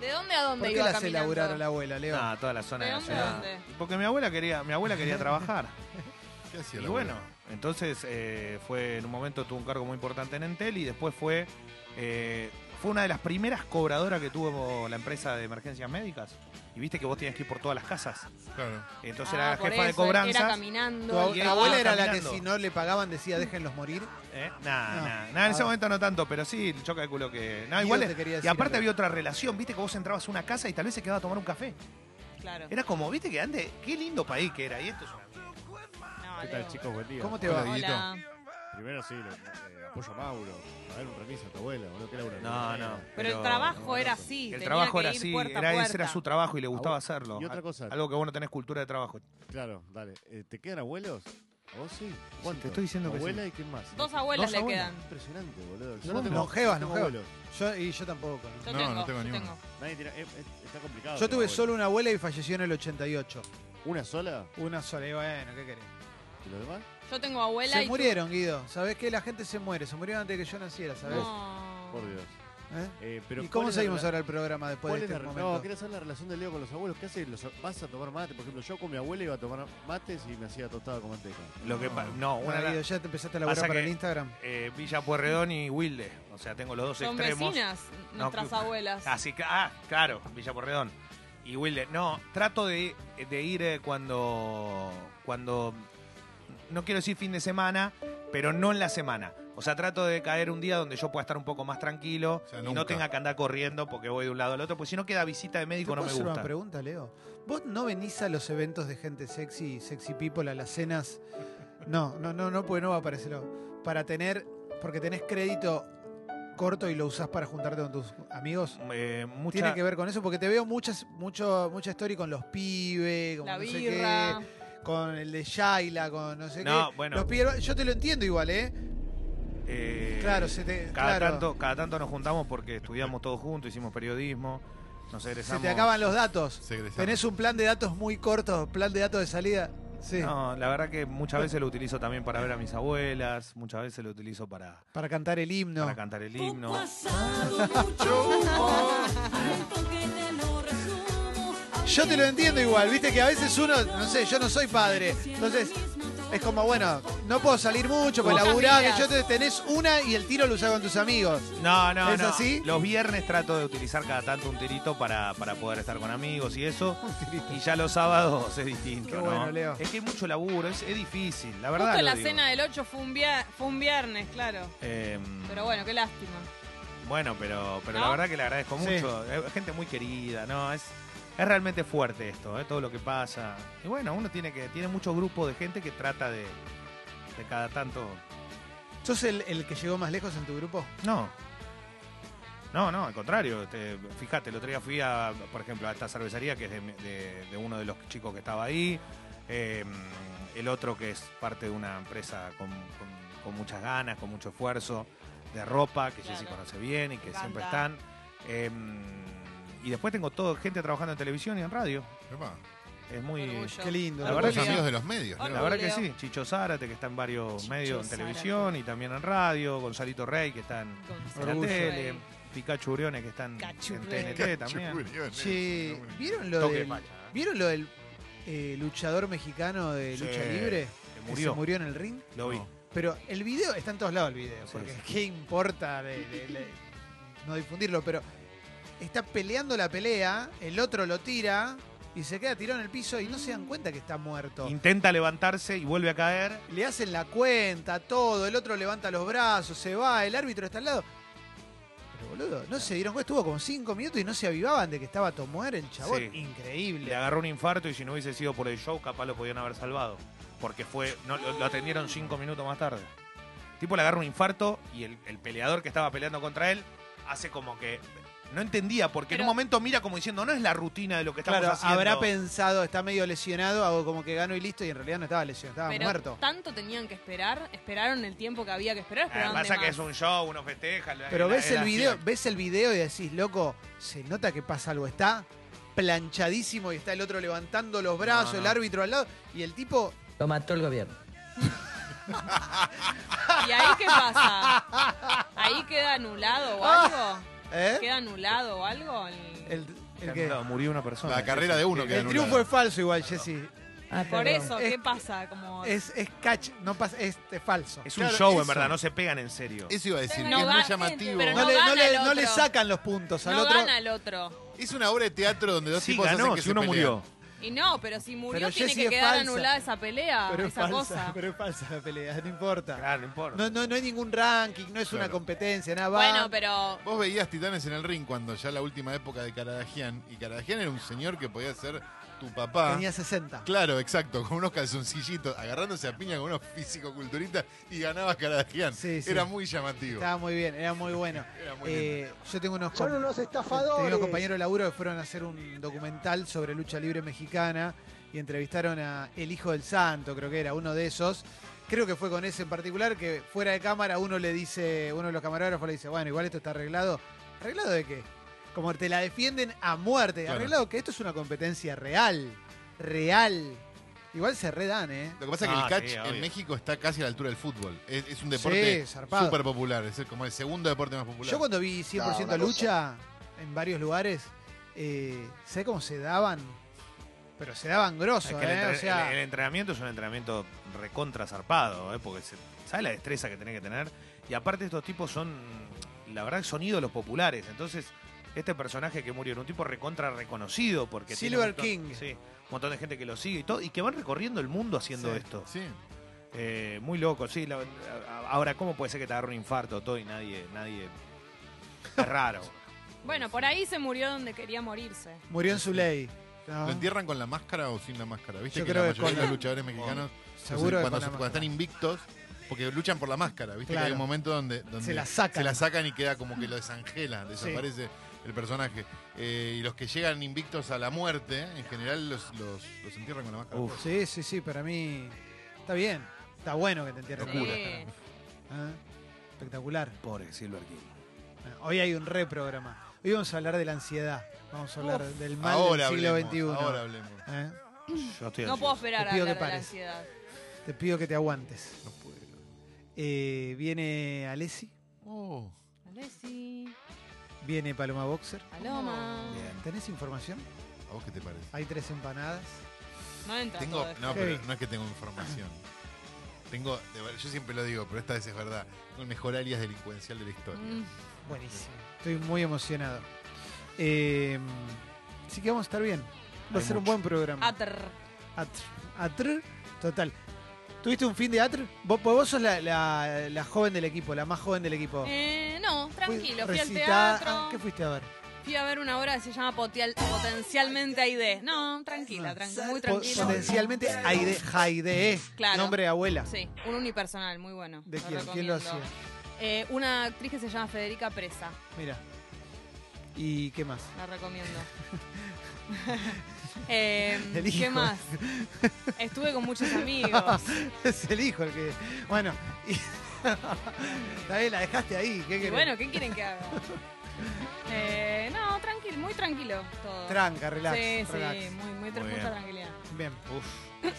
[SPEAKER 3] ¿De dónde a
[SPEAKER 1] ¿Por
[SPEAKER 3] dónde
[SPEAKER 1] qué
[SPEAKER 3] iba
[SPEAKER 1] la hace
[SPEAKER 3] caminando?
[SPEAKER 1] laburar a la abuela, Leo?
[SPEAKER 4] No, toda la zona
[SPEAKER 3] ¿De
[SPEAKER 4] de la
[SPEAKER 3] dónde,
[SPEAKER 4] ciudad.
[SPEAKER 3] dónde?
[SPEAKER 4] Porque mi abuela quería, mi abuela quería trabajar.
[SPEAKER 2] ¿Qué hacía
[SPEAKER 4] Y
[SPEAKER 2] la
[SPEAKER 4] bueno,
[SPEAKER 2] abuela?
[SPEAKER 4] entonces eh, fue en un momento tuvo un cargo muy importante en Entel y después fue eh, fue una de las primeras cobradoras que tuvo la empresa de emergencias médicas. Y viste que vos tenías que ir por todas las casas.
[SPEAKER 2] Claro.
[SPEAKER 4] Entonces
[SPEAKER 3] Ah,
[SPEAKER 4] era la
[SPEAKER 3] por
[SPEAKER 4] jefa de
[SPEAKER 3] eso, Era
[SPEAKER 4] cobranzas.
[SPEAKER 1] Tu,
[SPEAKER 3] caminando.
[SPEAKER 1] ab-
[SPEAKER 4] y
[SPEAKER 1] tu
[SPEAKER 4] ella
[SPEAKER 1] abuela
[SPEAKER 4] iba
[SPEAKER 1] era la que
[SPEAKER 4] caminando.
[SPEAKER 1] si no le pagaban decía déjenlos morir.
[SPEAKER 4] ¿eh? Nah,
[SPEAKER 1] No.
[SPEAKER 4] nah, nah, en ese
[SPEAKER 1] Ah.
[SPEAKER 4] momento no tanto, pero sí, yo calculo que. nah,
[SPEAKER 1] Guido
[SPEAKER 4] igual
[SPEAKER 1] te
[SPEAKER 4] es-
[SPEAKER 1] quería
[SPEAKER 4] y
[SPEAKER 1] decir
[SPEAKER 4] aparte
[SPEAKER 1] algo.
[SPEAKER 4] había otra relación, viste que vos entrabas a una casa y tal vez se quedaba a tomar un café.
[SPEAKER 3] Claro.
[SPEAKER 4] Era como, viste que antes, qué lindo país que era. Y esto es una mierda.
[SPEAKER 3] No,
[SPEAKER 6] ¿Qué
[SPEAKER 3] Leo.
[SPEAKER 6] tal, chicos? Buen día.
[SPEAKER 1] ¿Cómo te
[SPEAKER 2] Hola,
[SPEAKER 1] va?
[SPEAKER 2] Guido.
[SPEAKER 3] Hola.
[SPEAKER 6] Primero sí, lo- eh, apoyo a Mauro. A ver, un remiso a tu abuela, boludo, que laburo.
[SPEAKER 4] No, no.
[SPEAKER 3] Pero el trabajo era así.
[SPEAKER 4] El
[SPEAKER 3] tenía
[SPEAKER 4] trabajo
[SPEAKER 3] que
[SPEAKER 4] era
[SPEAKER 3] ir
[SPEAKER 4] así,
[SPEAKER 3] puerta a
[SPEAKER 4] era, ese
[SPEAKER 3] puerta.
[SPEAKER 4] era su trabajo y le gustaba
[SPEAKER 6] vos-
[SPEAKER 4] hacerlo.
[SPEAKER 6] Y otra
[SPEAKER 4] Al-
[SPEAKER 6] cosa,
[SPEAKER 4] Algo que vos no tenés cultura de trabajo.
[SPEAKER 6] claro, dale. eh, ¿Te quedan abuelos? ¿A vos sí? ¿Cuántos?
[SPEAKER 4] te estoy diciendo
[SPEAKER 6] ¿Tu
[SPEAKER 4] que sí.
[SPEAKER 6] abuela y quién más?
[SPEAKER 3] Dos abuelas
[SPEAKER 4] Dos
[SPEAKER 3] le
[SPEAKER 4] abuelas.
[SPEAKER 3] quedan.
[SPEAKER 6] Impresionante, boludo. Yo
[SPEAKER 1] No,
[SPEAKER 6] no tengo,
[SPEAKER 1] longevas,
[SPEAKER 6] no tengo
[SPEAKER 1] longevas.
[SPEAKER 6] abuelos.
[SPEAKER 1] Yo, y yo tampoco. ¿no?
[SPEAKER 3] Yo
[SPEAKER 2] No,
[SPEAKER 3] tengo,
[SPEAKER 2] no tengo
[SPEAKER 3] yo
[SPEAKER 2] ni una.
[SPEAKER 3] tengo.
[SPEAKER 6] Nadie tiene- eh, eh, está complicado.
[SPEAKER 1] Yo
[SPEAKER 6] tener
[SPEAKER 1] tuve
[SPEAKER 6] abuelos.
[SPEAKER 1] solo una abuela y falleció en el 88.
[SPEAKER 6] ¿Una sola?
[SPEAKER 1] Una sola, y bueno, ¿qué querés?
[SPEAKER 6] ¿Y los demás?
[SPEAKER 3] Yo tengo abuela y
[SPEAKER 1] Se
[SPEAKER 3] tú-
[SPEAKER 1] murieron, Guido. ¿Sabés qué? La gente se muere. Se murieron antes de que yo naciera, ¿sabés?
[SPEAKER 3] No.
[SPEAKER 6] Por Dios.
[SPEAKER 1] ¿Eh?
[SPEAKER 6] Eh, pero
[SPEAKER 1] ¿Y
[SPEAKER 6] ¿cuál
[SPEAKER 1] cómo
[SPEAKER 6] es la
[SPEAKER 1] seguimos
[SPEAKER 6] rela-
[SPEAKER 1] ahora el programa después
[SPEAKER 6] ¿Cuál
[SPEAKER 1] de
[SPEAKER 6] es
[SPEAKER 1] este
[SPEAKER 6] la, re- no,
[SPEAKER 1] momento?
[SPEAKER 6] quiero saber la relación de Leo con los abuelos. ¿Qué haces? Los, ¿Vas a tomar mate? Por ejemplo, yo con mi abuela iba a tomar mates y me hacía tostada con manteca.
[SPEAKER 4] Lo que pa- no,
[SPEAKER 1] No,
[SPEAKER 4] una
[SPEAKER 1] Guido, ya te empezaste a laburar
[SPEAKER 4] Pasa
[SPEAKER 1] para
[SPEAKER 4] que-
[SPEAKER 1] el Instagram.
[SPEAKER 4] eh, Villa Puerredón y Wilde. O sea, tengo los dos
[SPEAKER 3] Son
[SPEAKER 4] extremos.
[SPEAKER 3] vecinas, nuestras
[SPEAKER 4] que-
[SPEAKER 3] abuelas.
[SPEAKER 4] Así que, ah, claro, Villa Porredón. Y Wilde, no, trato de, de ir eh, cuando, cuando, no quiero decir fin de semana, pero no en la semana. O sea, trato de caer un día donde yo pueda estar un poco más tranquilo
[SPEAKER 2] O sea,
[SPEAKER 4] y
[SPEAKER 2] nunca.
[SPEAKER 4] no tenga que andar corriendo porque voy de un lado al otro, porque si no queda visita de
[SPEAKER 1] ¿Te
[SPEAKER 4] médico,
[SPEAKER 1] puedo
[SPEAKER 4] no me
[SPEAKER 1] hacer una
[SPEAKER 4] gusta.
[SPEAKER 1] pregunta, Leo? ¿Vos no venís a los eventos de gente sexy, sexy people, a las cenas No, no, no, no, porque no va a aparecerlo. Para tener, porque tenés crédito corto y lo usás para juntarte con tus amigos.
[SPEAKER 4] Eh, mucha-
[SPEAKER 1] Tiene que ver con eso, porque te veo muchas, mucho, mucha story con los pibes, con
[SPEAKER 3] La
[SPEAKER 1] no sé
[SPEAKER 3] birra.
[SPEAKER 1] qué, con el de Shaila, con no sé
[SPEAKER 4] No,
[SPEAKER 1] qué.
[SPEAKER 4] bueno.
[SPEAKER 1] Los pibes- yo te lo entiendo igual, ¿eh?
[SPEAKER 4] eh,
[SPEAKER 1] Claro, se te,
[SPEAKER 4] cada,
[SPEAKER 1] claro,
[SPEAKER 4] tanto, cada tanto nos juntamos porque estudiamos todos juntos, hicimos periodismo, nos
[SPEAKER 1] se
[SPEAKER 4] egresamos.
[SPEAKER 1] te acaban los datos.
[SPEAKER 2] Se egresaron.
[SPEAKER 1] Tenés un plan de datos muy corto, plan de datos de salida. Sí,
[SPEAKER 4] No, la verdad que muchas veces lo utilizo también para ver a mis abuelas, muchas veces lo utilizo para,
[SPEAKER 1] para cantar el himno.
[SPEAKER 4] para cantar el himno.
[SPEAKER 1] Yo te lo entiendo igual, viste que a veces uno, no sé, yo no soy padre. Entonces, es como, bueno, no puedo salir mucho para
[SPEAKER 3] Con
[SPEAKER 1] laburar, que
[SPEAKER 3] amigas.
[SPEAKER 1] yo te tenés una y el tiro lo usás con tus amigos.
[SPEAKER 4] No, no,
[SPEAKER 1] ¿Es
[SPEAKER 4] no.
[SPEAKER 1] así?
[SPEAKER 4] Los viernes trato de utilizar cada tanto un tirito para, para poder estar con amigos y eso. Y ya los sábados es distinto,
[SPEAKER 1] Qué
[SPEAKER 4] ¿no?
[SPEAKER 1] bueno, Leo.
[SPEAKER 4] Es que hay mucho laburo, es, es difícil, la verdad.
[SPEAKER 3] Justo
[SPEAKER 4] lo
[SPEAKER 3] la
[SPEAKER 4] digo.
[SPEAKER 3] cena del 8 fue un, via- fue un viernes, claro.
[SPEAKER 4] Eh,
[SPEAKER 3] Pero bueno, qué lástima.
[SPEAKER 4] Bueno, pero, pero
[SPEAKER 3] ¿No?
[SPEAKER 4] la verdad que le agradezco
[SPEAKER 1] Sí.
[SPEAKER 4] mucho. Eh, Gente muy querida, ¿no? Es, es realmente fuerte esto, ¿eh? todo lo que pasa. Y bueno, uno tiene que tiene mucho grupo de gente que trata de, de cada tanto.
[SPEAKER 1] ¿Sos el, el que llegó más lejos en tu grupo?
[SPEAKER 4] No. No, no, al contrario. este, fíjate, el otro día fui a, por ejemplo, a esta cervecería que es de, mi- de- de uno de los chicos que estaba ahí. Eh, el otro que es parte de una empresa con, con- con muchas ganas, con mucho esfuerzo, de ropa, que Jessy
[SPEAKER 3] Claro.
[SPEAKER 4] conoce bien y que
[SPEAKER 3] encanta.
[SPEAKER 4] siempre están. Eh, y después tengo todo gente trabajando en televisión y en radio.
[SPEAKER 2] Epa,
[SPEAKER 4] Es muy.
[SPEAKER 3] Orgullo.
[SPEAKER 1] Qué lindo.
[SPEAKER 4] La verdad
[SPEAKER 2] los
[SPEAKER 4] que sí.
[SPEAKER 2] amigos de los medios,
[SPEAKER 3] Hola.
[SPEAKER 4] La
[SPEAKER 2] Leo.
[SPEAKER 4] verdad que
[SPEAKER 3] Leo.
[SPEAKER 4] sí, Chicho Zárate, que está en varios
[SPEAKER 3] Chicho
[SPEAKER 4] medios en
[SPEAKER 3] Zárate.
[SPEAKER 4] televisión y también en radio, Gonzalito Rey, que está en, en la
[SPEAKER 1] Orgullo.
[SPEAKER 4] tele, Pikachu Briones, eh, que está en,
[SPEAKER 3] Cachu
[SPEAKER 4] en
[SPEAKER 3] Briones.
[SPEAKER 4] TNT también.
[SPEAKER 2] Chupuliones.
[SPEAKER 1] Che, ¿vieron lo
[SPEAKER 4] Toque de
[SPEAKER 1] del,
[SPEAKER 4] facha, ¿eh?
[SPEAKER 1] ¿vieron lo del eh, luchador mexicano de
[SPEAKER 4] Sí,
[SPEAKER 1] lucha libre?
[SPEAKER 4] que
[SPEAKER 1] Que
[SPEAKER 4] murió.
[SPEAKER 1] se murió en el ring.
[SPEAKER 4] Lo vi.
[SPEAKER 1] No. Pero el video, está en todos lados el video,
[SPEAKER 4] Sí,
[SPEAKER 1] porque
[SPEAKER 4] sí.
[SPEAKER 1] qué importa de- de- de- no difundirlo, pero está peleando la pelea, el otro lo tira y se queda tirado en el piso y no se dan cuenta que está muerto.
[SPEAKER 4] Intenta levantarse y vuelve a caer.
[SPEAKER 1] Le hacen la cuenta, todo, el otro levanta los brazos, se va, el árbitro está al lado. Pero boludo, no se dieron cuenta, estuvo como cinco minutos y no se avivaban de que estaba a tomar el chabón.
[SPEAKER 4] Sí. Le
[SPEAKER 1] Increíble.
[SPEAKER 4] agarró un infarto y si no hubiese sido por el show, capaz lo podían haber salvado. Porque fue. No, lo, lo atendieron cinco minutos más tarde. El tipo le agarró un infarto y el, el peleador que estaba peleando contra él hace como que. No entendía, porque en
[SPEAKER 3] Pero-
[SPEAKER 4] un momento mira como diciendo, no es la rutina de lo que estamos
[SPEAKER 1] claro,
[SPEAKER 4] haciendo. Eh,
[SPEAKER 1] habrá pensado, está medio lesionado, hago como que gano y listo, y en realidad no estaba lesionado,
[SPEAKER 4] Ah,
[SPEAKER 1] estaba
[SPEAKER 3] Pero
[SPEAKER 1] muerto.
[SPEAKER 3] tanto tenían que esperar, esperaron el tiempo que había que esperar,
[SPEAKER 4] Ah,
[SPEAKER 3] esperaron de
[SPEAKER 4] pasa que
[SPEAKER 3] más.
[SPEAKER 4] es un show, uno festeja.
[SPEAKER 1] Pero
[SPEAKER 4] era-
[SPEAKER 1] ves el
[SPEAKER 4] era así.
[SPEAKER 1] video, ves el video y decís, loco, se nota que pasa algo, está planchadísimo y está el otro levantando los brazos,
[SPEAKER 4] no.
[SPEAKER 1] el árbitro al lado, y el tipo,
[SPEAKER 5] Lo mató el gobierno.
[SPEAKER 3] ¿Y ahí qué pasa? ¿Ahí queda anulado o algo?
[SPEAKER 1] ¿eh?
[SPEAKER 3] ¿Queda anulado o algo? El-
[SPEAKER 1] El, el
[SPEAKER 4] Claro,
[SPEAKER 1] que-
[SPEAKER 4] no, murió una persona.
[SPEAKER 2] La carrera de uno
[SPEAKER 4] Sí,
[SPEAKER 2] queda
[SPEAKER 1] el
[SPEAKER 4] sí.
[SPEAKER 2] anulada.
[SPEAKER 1] triunfo es falso igual, Jessy.
[SPEAKER 5] Ah,
[SPEAKER 3] Por
[SPEAKER 5] perdón.
[SPEAKER 3] eso,
[SPEAKER 1] Es-
[SPEAKER 3] ¿qué pasa? Como
[SPEAKER 1] Es, es catch, no pasa, es, es falso.
[SPEAKER 4] Es un
[SPEAKER 2] Claro,
[SPEAKER 4] show,
[SPEAKER 2] eso.
[SPEAKER 4] en verdad, no se pegan en serio.
[SPEAKER 2] Eso iba a decir,
[SPEAKER 3] No
[SPEAKER 2] que es muy
[SPEAKER 3] gana,
[SPEAKER 2] llamativo.
[SPEAKER 3] pero
[SPEAKER 1] No, le,
[SPEAKER 3] gana
[SPEAKER 1] no le-
[SPEAKER 3] el
[SPEAKER 1] no le
[SPEAKER 3] otro.
[SPEAKER 1] sacan los puntos al
[SPEAKER 3] no
[SPEAKER 1] otro.
[SPEAKER 3] gana el otro.
[SPEAKER 2] Es una obra de teatro donde dos
[SPEAKER 4] Sí,
[SPEAKER 2] tipos hacen
[SPEAKER 4] ganó,
[SPEAKER 2] que
[SPEAKER 4] si
[SPEAKER 2] se
[SPEAKER 4] uno
[SPEAKER 2] peleen.
[SPEAKER 4] murió.
[SPEAKER 3] Y no, pero si murió
[SPEAKER 1] Pero
[SPEAKER 3] tiene
[SPEAKER 1] Jessy
[SPEAKER 3] que
[SPEAKER 1] es
[SPEAKER 3] quedar
[SPEAKER 1] falsa.
[SPEAKER 3] anulada esa pelea,
[SPEAKER 1] pero es
[SPEAKER 3] esa
[SPEAKER 1] falsa,
[SPEAKER 3] cosa.
[SPEAKER 1] pero es falsa la pelea, no importa.
[SPEAKER 4] Claro, no importa.
[SPEAKER 1] No, no, no hay ningún ranking, no es una
[SPEAKER 2] Claro.
[SPEAKER 1] competencia, nada va.
[SPEAKER 3] Bueno, pero
[SPEAKER 2] Vos veías Titanes en el ring cuando ya la última época de Caradagian. Y Caradagian era un señor que podía ser tu papá.
[SPEAKER 1] Tenía 60.
[SPEAKER 2] Claro, exacto, con unos calzoncillitos, agarrándose a piña con unos fisicoculturistas y ganaba Caradagian.
[SPEAKER 1] Sí, sí.
[SPEAKER 2] Era muy llamativo.
[SPEAKER 1] Estaba muy bien, era muy bueno.
[SPEAKER 2] Era muy
[SPEAKER 1] Eh, yo tengo unos, com- tenía unos compañeros de laburo que fueron a hacer un documental sobre lucha libre mexicana y entrevistaron a El Hijo del Santo, creo que era uno de esos. Creo que fue con ese en particular que fuera de cámara uno le dice, uno de los camarógrafos le dice, bueno, igual esto está arreglado. ¿Arreglado de qué? Como te la defienden a muerte.
[SPEAKER 2] Claro.
[SPEAKER 1] Arreglado que esto es una competencia real. Real. Igual se redan, ¿eh?
[SPEAKER 2] Lo que pasa es que
[SPEAKER 4] Ah,
[SPEAKER 2] el catch
[SPEAKER 4] sí,
[SPEAKER 2] en
[SPEAKER 4] obvio.
[SPEAKER 2] México está casi a la altura del fútbol. Es, es un deporte
[SPEAKER 1] Sí, zarpado.
[SPEAKER 2] súper popular, es el- como el segundo deporte más popular.
[SPEAKER 1] Yo cuando vi 100%
[SPEAKER 8] No, una
[SPEAKER 1] lucha en varios lugares, eh, ¿sabés cómo se daban? Pero se daban
[SPEAKER 4] Es
[SPEAKER 1] grosso,
[SPEAKER 4] que el,
[SPEAKER 1] ¿eh?
[SPEAKER 4] entre-
[SPEAKER 1] O sea,
[SPEAKER 4] el- el entrenamiento es un entrenamiento recontra zarpado, ¿eh? porque se, ¿sabes la destreza que tenés que tener? Y aparte estos tipos son, la verdad, que son ídolos populares. Entonces, este personaje que murió era un tipo recontra reconocido porque... tiene un
[SPEAKER 1] Silver
[SPEAKER 4] montón-
[SPEAKER 1] King.
[SPEAKER 4] Sí, un montón de gente que lo sigue y todo, y que van recorriendo el mundo haciendo
[SPEAKER 1] Sí.
[SPEAKER 4] esto.
[SPEAKER 2] Sí,
[SPEAKER 4] Eh, muy loco, sí. la- a- ahora, ¿cómo puede ser que te agarre un infarto todo y nadie... nadie es raro.
[SPEAKER 3] bueno, por ahí se murió donde quería morirse.
[SPEAKER 1] murió en su ley. ¿no?
[SPEAKER 2] ¿Lo entierran con la máscara o sin la máscara? ¿Viste
[SPEAKER 1] Ah. Yo
[SPEAKER 2] que
[SPEAKER 1] creo
[SPEAKER 2] la
[SPEAKER 1] que
[SPEAKER 2] mayoría
[SPEAKER 1] con
[SPEAKER 2] de los
[SPEAKER 1] la-
[SPEAKER 2] luchadores mexicanos
[SPEAKER 1] Seguro que con la
[SPEAKER 2] cuando, se- cuando
[SPEAKER 1] máscara.
[SPEAKER 2] están invictos, porque luchan por la máscara, ¿viste?
[SPEAKER 1] Claro.
[SPEAKER 2] Que hay un momento donde, donde
[SPEAKER 1] Se la sacan.
[SPEAKER 2] se la sacan y queda como que lo desangela, desaparece el personaje. Eh, y los que llegan invictos a la muerte, en general los, los, los entierran con la máscara.
[SPEAKER 4] Uf.
[SPEAKER 1] Sí, sí, sí, para mí está bien. Está bueno que te entierren con la
[SPEAKER 3] Sí.
[SPEAKER 1] máscara. ¿Ah? Espectacular.
[SPEAKER 4] Pobre Silver King.
[SPEAKER 1] Bueno, hoy hay un reprograma. Hoy vamos a hablar de la ansiedad. Vamos a hablar del mal
[SPEAKER 2] ahora
[SPEAKER 1] del siglo
[SPEAKER 2] hablemos,
[SPEAKER 1] XXI.
[SPEAKER 2] ahora hablemos.
[SPEAKER 1] ¿Eh?
[SPEAKER 4] Yo estoy
[SPEAKER 3] No
[SPEAKER 4] ansioso.
[SPEAKER 3] puedo esperar
[SPEAKER 1] Te
[SPEAKER 3] a
[SPEAKER 1] pido
[SPEAKER 3] hablar de
[SPEAKER 1] que
[SPEAKER 3] la
[SPEAKER 1] pares.
[SPEAKER 3] ansiedad.
[SPEAKER 1] Te pido que te aguantes.
[SPEAKER 2] No puedo.
[SPEAKER 1] Eh, viene Alessi,
[SPEAKER 2] Oh,
[SPEAKER 3] Alessi,
[SPEAKER 1] viene Paloma Boxer.
[SPEAKER 3] Paloma.
[SPEAKER 4] Bien.
[SPEAKER 1] ¿Tenés información?
[SPEAKER 2] ¿A vos qué te parece?
[SPEAKER 1] Hay tres empanadas.
[SPEAKER 3] No entra
[SPEAKER 2] Tengo,
[SPEAKER 3] todo esto.
[SPEAKER 2] no,
[SPEAKER 1] Qué
[SPEAKER 2] pero
[SPEAKER 1] bien.
[SPEAKER 2] no es que tengo información. Tengo, de ver- yo siempre lo digo, pero esta vez es verdad. Tengo el mejor alias delincuencial de la historia.
[SPEAKER 3] Mm.
[SPEAKER 1] Buenísimo. Estoy muy emocionado. Eh, así que vamos a estar bien. Va a
[SPEAKER 4] Hay
[SPEAKER 1] ser un
[SPEAKER 4] mucho.
[SPEAKER 1] buen programa.
[SPEAKER 3] Atr.
[SPEAKER 1] Atr. Atr. Total. ¿Tuviste un fin de Atr? Vos, pues vos sos la, la- la joven del equipo, la más joven del equipo.
[SPEAKER 3] Eh, no, tranquilo,
[SPEAKER 1] Fui-
[SPEAKER 3] fui al
[SPEAKER 1] Pues recitá-
[SPEAKER 3] teatro.
[SPEAKER 1] ah, ¿Qué fuiste a ver?
[SPEAKER 3] Fui a ver una obra que se llama Potial- Potencialmente AID. No,
[SPEAKER 4] Ah,
[SPEAKER 1] Ah.
[SPEAKER 3] tranquila, tranqui- muy
[SPEAKER 1] Po-
[SPEAKER 3] tranquilo.
[SPEAKER 1] Potencialmente Aide, Jaide, eh.
[SPEAKER 3] Claro.
[SPEAKER 1] nombre de abuela.
[SPEAKER 3] Sí, un unipersonal, muy bueno.
[SPEAKER 1] ¿De
[SPEAKER 3] lo
[SPEAKER 1] quién? ¿Quién lo hacía?
[SPEAKER 3] recomiendo. Eh, una actriz que se llama Federica Presa,
[SPEAKER 1] Mira. ¿Y qué más?
[SPEAKER 3] la recomiendo. Eh,
[SPEAKER 1] El
[SPEAKER 3] ¿Qué
[SPEAKER 1] hijo.
[SPEAKER 3] más? Estuve con muchos amigos.
[SPEAKER 1] es el hijo el que. Bueno, y... Está bien, la dejaste ahí. ¿Qué
[SPEAKER 3] Y
[SPEAKER 1] querés?
[SPEAKER 3] bueno, ¿qué quieren que haga? Eh, no, tranquilo, muy tranquilo todo.
[SPEAKER 1] Tranca, relax.
[SPEAKER 3] sí,
[SPEAKER 1] relax.
[SPEAKER 3] sí, muy, muy,
[SPEAKER 4] Muy
[SPEAKER 3] mucha
[SPEAKER 4] bien.
[SPEAKER 3] tranquilidad.
[SPEAKER 1] Bien.
[SPEAKER 4] Uf,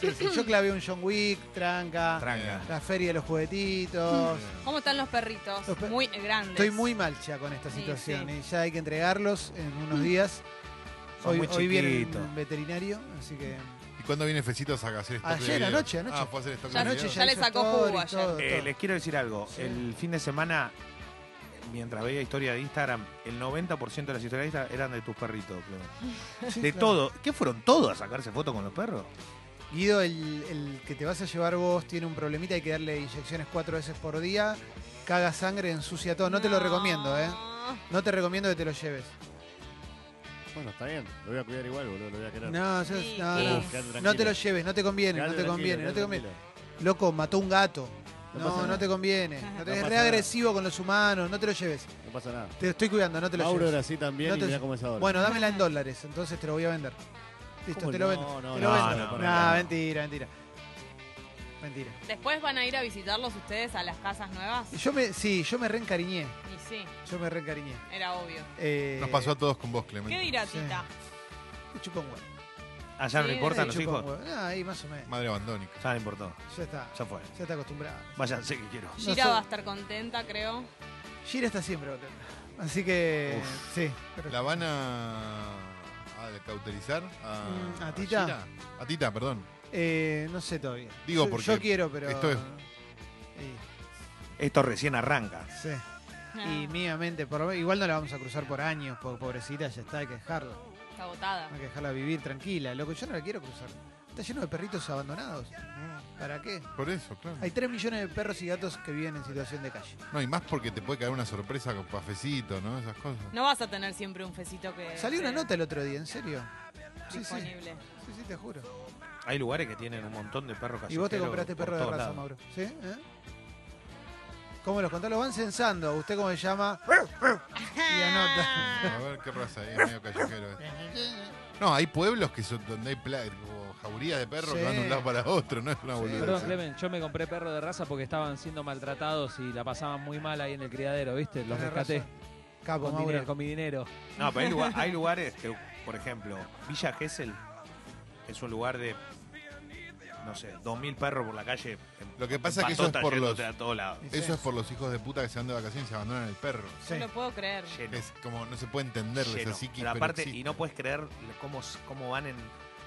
[SPEAKER 1] Sí, sí, Yo clavé un John Wick, tranca,
[SPEAKER 4] tranca.
[SPEAKER 1] la feria de los juguetitos.
[SPEAKER 3] ¿Cómo están los perritos?
[SPEAKER 1] Los per-
[SPEAKER 3] muy grandes.
[SPEAKER 1] Estoy muy mal ya con esta
[SPEAKER 3] Sí,
[SPEAKER 1] situación
[SPEAKER 3] sí.
[SPEAKER 1] y ya hay que entregarlos en unos días.
[SPEAKER 4] Son
[SPEAKER 1] Hoy,
[SPEAKER 4] muy
[SPEAKER 1] hoy viene
[SPEAKER 4] chiquitos.
[SPEAKER 1] un veterinario, así que
[SPEAKER 2] ¿Y cuándo viene Fecitos a hacer stock de
[SPEAKER 1] Ayer,
[SPEAKER 2] video?
[SPEAKER 1] anoche, anoche.
[SPEAKER 2] Ah, fue a hacer stock
[SPEAKER 3] Ya
[SPEAKER 2] de
[SPEAKER 3] anoche,
[SPEAKER 2] video.
[SPEAKER 3] ya le
[SPEAKER 1] hizo
[SPEAKER 3] sacó
[SPEAKER 1] story,
[SPEAKER 3] jugo ayer.
[SPEAKER 1] todo,
[SPEAKER 4] Eh,
[SPEAKER 1] todo.
[SPEAKER 4] les quiero decir algo.
[SPEAKER 1] Sí.
[SPEAKER 4] El fin de semana, mientras veía historia de Instagram, el 90% de las historias de Instagram eran de tus perritos, Clemen.
[SPEAKER 1] Sí,
[SPEAKER 4] De
[SPEAKER 1] claro.
[SPEAKER 4] todo. ¿Qué fueron todos a sacarse fotos con los perros?
[SPEAKER 1] Guido, el, el que te vas a llevar vos tiene un problemita, hay que darle inyecciones cuatro veces por día, caga sangre, ensucia todo. No, te lo recomiendo, ¿eh? No te recomiendo que te lo lleves.
[SPEAKER 6] Bueno, está bien. Lo voy a cuidar igual, boludo. Lo voy a querer.
[SPEAKER 1] No, yo-
[SPEAKER 3] Sí,
[SPEAKER 1] no,
[SPEAKER 3] sí.
[SPEAKER 1] no.
[SPEAKER 6] Quédate tranquilo.
[SPEAKER 1] No te lo lleves, no te conviene,
[SPEAKER 6] Quédate
[SPEAKER 1] no te
[SPEAKER 6] tranquilo,
[SPEAKER 1] conviene, no
[SPEAKER 6] quédate
[SPEAKER 1] te conviene.
[SPEAKER 6] tranquilo.
[SPEAKER 1] Loco, mató un gato.
[SPEAKER 6] No pasa
[SPEAKER 1] No, no
[SPEAKER 6] nada.
[SPEAKER 1] te conviene. No te-
[SPEAKER 6] No
[SPEAKER 1] es
[SPEAKER 6] pasa
[SPEAKER 1] re
[SPEAKER 6] nada.
[SPEAKER 1] agresivo con los humanos, no te lo lleves.
[SPEAKER 6] No pasa nada.
[SPEAKER 1] Te estoy cuidando, no te lo
[SPEAKER 6] Mauro
[SPEAKER 1] lleves.
[SPEAKER 6] era así también
[SPEAKER 1] No
[SPEAKER 6] y
[SPEAKER 1] te-
[SPEAKER 6] mirá cómo es ahora.
[SPEAKER 1] Bueno, dámela en dólares, entonces te lo voy a vender. Listo,
[SPEAKER 6] ¿Cómo
[SPEAKER 1] te lo
[SPEAKER 6] no?
[SPEAKER 1] vendo.
[SPEAKER 6] No,
[SPEAKER 1] te lo
[SPEAKER 4] no,
[SPEAKER 1] vendo.
[SPEAKER 4] no, no,
[SPEAKER 1] Nah,
[SPEAKER 6] no.
[SPEAKER 1] mentira, mentira. Mentira.
[SPEAKER 3] Después van a ir a visitarlos ustedes a las casas nuevas.
[SPEAKER 1] Y Yo me, sí, yo me reencariñé.
[SPEAKER 3] Y sí,
[SPEAKER 1] Yo me reencariñé.
[SPEAKER 3] era obvio.
[SPEAKER 1] Eh,
[SPEAKER 2] Nos pasó a todos con vos, Clemente.
[SPEAKER 3] ¿Qué dirá
[SPEAKER 1] sí.
[SPEAKER 3] Tita?
[SPEAKER 1] Chupó un huevo.
[SPEAKER 4] Allá
[SPEAKER 3] Sí,
[SPEAKER 4] no importan
[SPEAKER 1] Eh,
[SPEAKER 4] los
[SPEAKER 1] chupó un
[SPEAKER 4] hijos.
[SPEAKER 1] huevo. Ah, ahí más o menos.
[SPEAKER 2] Madre abandónica.
[SPEAKER 4] Ya no importó.
[SPEAKER 1] Ya está.
[SPEAKER 4] Ya fue.
[SPEAKER 1] Ya está acostumbrado.
[SPEAKER 4] Váyanse que quiero.
[SPEAKER 1] No
[SPEAKER 3] Gira
[SPEAKER 1] sé.
[SPEAKER 3] va a estar contenta, creo.
[SPEAKER 1] Gira está siempre contenta. Así que. Sí. pero-
[SPEAKER 2] ¿La van a, a decauterizar? ¿A,
[SPEAKER 1] Mm, ¿a Tita?
[SPEAKER 2] Gira? A Tita, perdón.
[SPEAKER 1] Eh, no sé todavía.
[SPEAKER 2] Digo,
[SPEAKER 1] yo,
[SPEAKER 2] porque
[SPEAKER 1] yo quiero, pero.
[SPEAKER 2] esto es-
[SPEAKER 1] Y,
[SPEAKER 4] Esto recién arranca.
[SPEAKER 1] sí.
[SPEAKER 3] Ah,
[SPEAKER 1] Y mínimamente, por- igual no la vamos a cruzar por años, po- pobrecita, ya está, hay que dejarla.
[SPEAKER 3] Está agotada.
[SPEAKER 1] Hay que dejarla vivir tranquila. Loco, yo no la quiero cruzar. Está lleno de perritos abandonados. ¿Para qué?
[SPEAKER 2] Por eso, claro.
[SPEAKER 1] Hay 3 millones de perros y gatos que viven en situación de calle.
[SPEAKER 2] No, y más porque te puede caer una sorpresa con cafecito, ¿no? Esas cosas.
[SPEAKER 3] No vas a tener siempre un fecito que.
[SPEAKER 1] Salió una
[SPEAKER 3] sea
[SPEAKER 1] nota el otro día, ¿en serio? Sí, sí.
[SPEAKER 3] Disponible.
[SPEAKER 1] Sí, sí, te juro.
[SPEAKER 4] Hay lugares que tienen un montón de perros callejeros.
[SPEAKER 1] Y vos te compraste
[SPEAKER 4] por
[SPEAKER 1] perro de
[SPEAKER 4] todos
[SPEAKER 1] raza,
[SPEAKER 4] lados.
[SPEAKER 1] Mauro. ¿Sí? ¿Eh? ¿Cómo los contás? Los van censando. ¿Usted cómo se llama? Y anota.
[SPEAKER 2] A ver qué raza hay, es medio callejero. esto. No, hay pueblos que son donde hay pla- como jaurías de perros
[SPEAKER 1] Sí.
[SPEAKER 2] que van de un lado para otro, no es una
[SPEAKER 1] Sí.
[SPEAKER 2] boludez.
[SPEAKER 7] Perdón, Clemen, yo me compré perro de raza porque estaban siendo maltratados y la pasaban muy mal ahí en el criadero, ¿viste? Los
[SPEAKER 1] Tenés
[SPEAKER 7] rescaté
[SPEAKER 1] razón. Capo,
[SPEAKER 7] con,
[SPEAKER 1] Mauro.
[SPEAKER 7] dinero, con mi dinero.
[SPEAKER 4] No, pero hay, lugar- hay lugares que, por ejemplo, Villa Gesell es un lugar de, no sé, 2.000 perros por la calle. en-
[SPEAKER 2] Lo que pasa es que
[SPEAKER 4] en patota
[SPEAKER 2] eso es por los-
[SPEAKER 4] yéndote a todos lados.
[SPEAKER 2] Eso es por los hijos de puta que se van de vacaciones y se abandonan el perro.
[SPEAKER 1] Sí.
[SPEAKER 3] No lo puedo creer.
[SPEAKER 4] Lleno,
[SPEAKER 2] Es como, no se puede entender
[SPEAKER 4] lleno.
[SPEAKER 2] esa psiqui,
[SPEAKER 4] Pero
[SPEAKER 2] pero
[SPEAKER 4] aparte,
[SPEAKER 2] existe.
[SPEAKER 4] y no puedes creer cómo, cómo van en...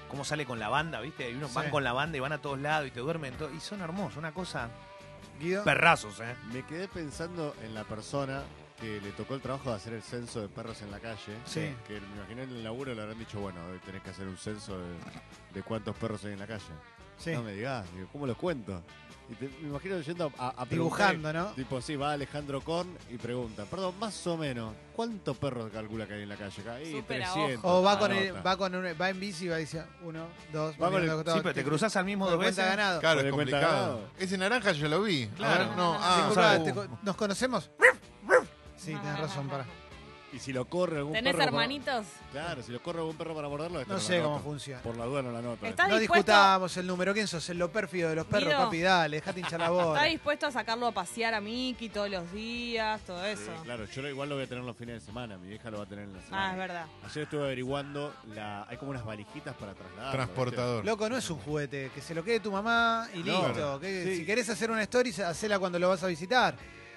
[SPEAKER 4] Cómo sale con la banda, ¿viste? Y unos
[SPEAKER 1] Sí.
[SPEAKER 4] van con la banda y van a todos lados y te duermen. todo- y son hermosos, una cosa.
[SPEAKER 1] Guido.
[SPEAKER 4] Perrazos, ¿eh?
[SPEAKER 6] Me quedé pensando en la persona que le tocó el trabajo de hacer el censo de perros en la calle.
[SPEAKER 1] Sí.
[SPEAKER 6] Que me imaginé en el laburo le habrán dicho, bueno, hoy tenés que hacer un censo de, de cuántos perros hay en la calle.
[SPEAKER 1] Sí.
[SPEAKER 6] No me digas, digo, ¿cómo los cuento? Y te- me imagino yendo a, a preguntar,
[SPEAKER 1] Dibujando, ¿no?
[SPEAKER 6] Tipo, sí, va Alejandro Korn y pregunta, perdón, más o menos, ¿cuántos perros calcula que hay en la calle acá? Y
[SPEAKER 3] Súper a
[SPEAKER 6] 300.
[SPEAKER 1] O va con,
[SPEAKER 6] Ah,
[SPEAKER 1] el,
[SPEAKER 6] nota.
[SPEAKER 1] va con un- va en bici y va diciendo uno, dos,
[SPEAKER 6] Va con
[SPEAKER 1] mirando
[SPEAKER 6] el-
[SPEAKER 1] todo,
[SPEAKER 4] Sí, pero te
[SPEAKER 1] tic,
[SPEAKER 4] cruzás al mismo
[SPEAKER 1] tic,
[SPEAKER 4] dos
[SPEAKER 1] cuenta
[SPEAKER 4] veces.
[SPEAKER 1] ganado.
[SPEAKER 2] Claro,
[SPEAKER 6] Por
[SPEAKER 2] es
[SPEAKER 6] el cuenta
[SPEAKER 2] complicado.
[SPEAKER 6] ganado.
[SPEAKER 2] Ese naranja yo lo vi.
[SPEAKER 4] Claro.
[SPEAKER 2] Claro. No, ah,
[SPEAKER 1] Disculpa,
[SPEAKER 4] sabe.
[SPEAKER 1] te co- ¿nos conocemos? Sí, tenés razón, para.
[SPEAKER 6] Y si lo corre algún
[SPEAKER 3] ¿Tenés
[SPEAKER 6] perro. para-
[SPEAKER 3] hermanitos?
[SPEAKER 6] Claro, si lo corre algún perro para morderlo, esta
[SPEAKER 1] No
[SPEAKER 6] la
[SPEAKER 1] sé cómo
[SPEAKER 6] anoto.
[SPEAKER 1] funciona.
[SPEAKER 6] Por la duda no la nota.
[SPEAKER 3] Está- ¿Estás
[SPEAKER 1] No
[SPEAKER 3] dispuesto?
[SPEAKER 1] discutamos el número. ¿Quién sos? El lo pérfido de los perros,
[SPEAKER 3] Guido.
[SPEAKER 1] papi. Dale, dejate hinchar la
[SPEAKER 3] ¿Está
[SPEAKER 1] bola.
[SPEAKER 3] dispuesto a sacarlo a pasear a Mickey todos los días, todo
[SPEAKER 6] Sí,
[SPEAKER 3] eso?
[SPEAKER 6] claro, yo igual lo voy a tener los fines de semana, mi vieja lo va a tener en la semana.
[SPEAKER 3] Ah, es verdad.
[SPEAKER 6] Ayer estuve averiguando, la, hay como unas valijitas para trasladar.
[SPEAKER 2] Transportador.
[SPEAKER 1] Loco, no es un juguete. Que se lo quede tu mamá y
[SPEAKER 6] No.
[SPEAKER 1] listo. Que
[SPEAKER 6] Sí.
[SPEAKER 1] Si querés hacer una story, hacela cuando lo vas a visitar.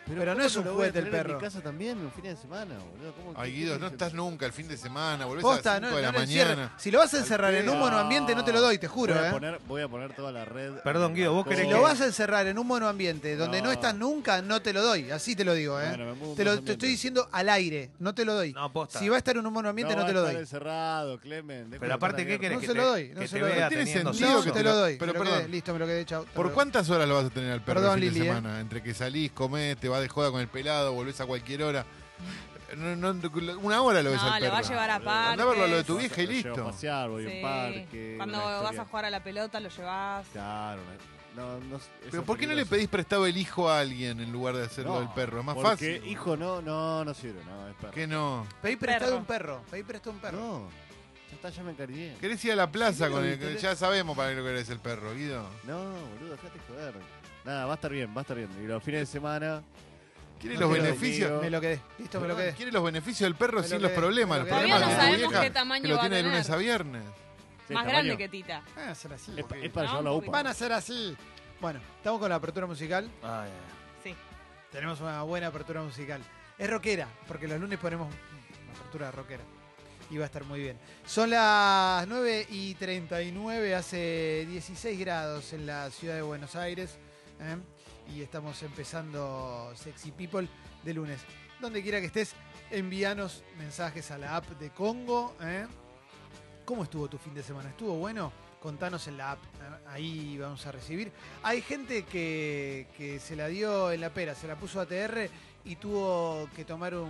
[SPEAKER 1] Pero no es un juguete el
[SPEAKER 6] En
[SPEAKER 1] perro.
[SPEAKER 6] mi casa también, un fin de semana, boludo. ¿Cómo-
[SPEAKER 2] Ay,
[SPEAKER 6] qué-
[SPEAKER 2] Guido,
[SPEAKER 6] qué-
[SPEAKER 2] no estás nunca el fin de semana, volvés a
[SPEAKER 1] Posta,
[SPEAKER 2] las
[SPEAKER 1] no,
[SPEAKER 2] 5 de
[SPEAKER 1] no
[SPEAKER 2] la
[SPEAKER 1] lo encierres.
[SPEAKER 2] mañana.
[SPEAKER 1] Si lo vas a encerrar en un
[SPEAKER 6] No.
[SPEAKER 1] mono ambiente, no te lo doy, te juro,
[SPEAKER 6] voy
[SPEAKER 1] eh.
[SPEAKER 6] A poner, voy a poner toda la red.
[SPEAKER 4] Perdón, Guido, vos
[SPEAKER 1] Si
[SPEAKER 4] querés
[SPEAKER 1] lo
[SPEAKER 4] que-
[SPEAKER 1] vas a encerrar en un mono ambiente donde no.
[SPEAKER 6] No.
[SPEAKER 1] estás nunca, no te lo doy. Así te lo digo, eh.
[SPEAKER 6] Bueno, me mudo a un
[SPEAKER 1] te, lo,
[SPEAKER 6] ambiente.
[SPEAKER 1] te estoy diciendo al aire, no te lo doy.
[SPEAKER 4] No, posta.
[SPEAKER 1] si va a estar en un mono ambiente, no, te lo
[SPEAKER 6] va a estar
[SPEAKER 1] doy.
[SPEAKER 6] encerrado, Clemen. déjalo
[SPEAKER 4] Pero aparte,
[SPEAKER 6] estar
[SPEAKER 4] ¿qué
[SPEAKER 6] abierto.
[SPEAKER 4] querés?
[SPEAKER 1] No
[SPEAKER 4] que
[SPEAKER 1] se
[SPEAKER 4] te-
[SPEAKER 1] lo doy, no
[SPEAKER 4] Que
[SPEAKER 1] se
[SPEAKER 4] te
[SPEAKER 1] lo doy.
[SPEAKER 4] vea
[SPEAKER 2] Tiene
[SPEAKER 4] teniendo
[SPEAKER 2] sentido
[SPEAKER 1] No,
[SPEAKER 4] sexo.
[SPEAKER 2] que
[SPEAKER 1] te lo doy.
[SPEAKER 2] pero
[SPEAKER 1] te lo
[SPEAKER 2] perdón.
[SPEAKER 1] quedé. Listo, me lo quedé, chau. te
[SPEAKER 2] ¿Por
[SPEAKER 1] lo-
[SPEAKER 2] cuántas horas lo vas a tener al perro
[SPEAKER 1] Perdón,
[SPEAKER 2] el fin
[SPEAKER 1] Lili,
[SPEAKER 2] de
[SPEAKER 1] eh.
[SPEAKER 2] semana? Entre que salís, comés, te vas de joda con el pelado, volvés a cualquier hora. No, no, una hora lo ves
[SPEAKER 3] No, lo
[SPEAKER 2] al perro.
[SPEAKER 3] va a llevar a
[SPEAKER 6] Andá
[SPEAKER 2] a verlo a lo de
[SPEAKER 3] parques.
[SPEAKER 2] tu vieja y
[SPEAKER 6] Lo llevo a
[SPEAKER 2] listo.
[SPEAKER 6] pasear, voy a
[SPEAKER 3] Sí.
[SPEAKER 6] un parque.
[SPEAKER 3] Cuando
[SPEAKER 6] una
[SPEAKER 3] vas
[SPEAKER 6] historia.
[SPEAKER 3] a jugar a la pelota, lo llevas.
[SPEAKER 6] Claro, no, no, eso
[SPEAKER 2] Pero
[SPEAKER 6] es
[SPEAKER 2] ¿por qué no le
[SPEAKER 6] peligroso.
[SPEAKER 2] pedís prestado el hijo a alguien en lugar de hacerlo
[SPEAKER 6] No,
[SPEAKER 2] al perro? Es más
[SPEAKER 6] porque,
[SPEAKER 2] fácil.
[SPEAKER 6] hijo, no, no, no sirve, no, es perro.
[SPEAKER 2] Que no.
[SPEAKER 1] Pedí prestado
[SPEAKER 3] Perro.
[SPEAKER 1] un perro. Pedí prestado un perro.
[SPEAKER 6] No, ya está, ya me encariñé.
[SPEAKER 2] ¿Querés ir a la plaza
[SPEAKER 6] Sí,
[SPEAKER 2] con
[SPEAKER 6] lo
[SPEAKER 2] el
[SPEAKER 6] vi,
[SPEAKER 2] que
[SPEAKER 6] tenés-
[SPEAKER 2] ya sabemos para qué lo querés el perro, Guido?
[SPEAKER 6] No, boludo, dejate joder. Nada, va a estar bien, va a estar bien. Y los fines de semana,
[SPEAKER 2] ¿Quiere
[SPEAKER 6] No
[SPEAKER 2] los
[SPEAKER 6] quiero
[SPEAKER 2] beneficios?
[SPEAKER 6] dinero.
[SPEAKER 1] Me lo quedé. Listo, me lo quedé.
[SPEAKER 2] ¿Quiere los beneficios del perro
[SPEAKER 1] Me lo
[SPEAKER 2] sin los
[SPEAKER 1] quedé, me
[SPEAKER 2] problemas? Los
[SPEAKER 1] lo quedé.
[SPEAKER 2] problemas
[SPEAKER 1] Todavía
[SPEAKER 2] de
[SPEAKER 1] no
[SPEAKER 2] tu
[SPEAKER 1] sabemos
[SPEAKER 2] vieja,
[SPEAKER 1] qué
[SPEAKER 3] tamaño
[SPEAKER 2] que lo
[SPEAKER 3] va a
[SPEAKER 2] tiene de
[SPEAKER 3] tener.
[SPEAKER 2] lunes a viernes.
[SPEAKER 6] sí,
[SPEAKER 3] Más
[SPEAKER 6] tamaño-
[SPEAKER 3] grande que Tita.
[SPEAKER 1] Van a ser así.
[SPEAKER 6] Es, pa-
[SPEAKER 1] porque-
[SPEAKER 6] es para
[SPEAKER 3] No,
[SPEAKER 6] llevarlo a
[SPEAKER 3] un
[SPEAKER 6] UPA.
[SPEAKER 1] Van a ser así. Bueno, estamos con la apertura musical.
[SPEAKER 4] Ay,
[SPEAKER 3] Sí.
[SPEAKER 1] Tenemos una buena apertura musical. Es rockera, porque los lunes ponemos una apertura rockera. Y va a estar muy bien. Son las 9 y 39, hace 16 grados en la ciudad de Buenos Aires. ¿eh? Y estamos empezando Sexy People de lunes. Donde quiera que estés, envíanos mensajes a la app de Congo. ¿eh? ¿Cómo estuvo tu fin de semana? ¿Estuvo bueno? Contanos en la app. ¿eh? Ahí vamos a recibir. Hay gente que, que se la dio en la pera, se la puso ATR y tuvo que tomar un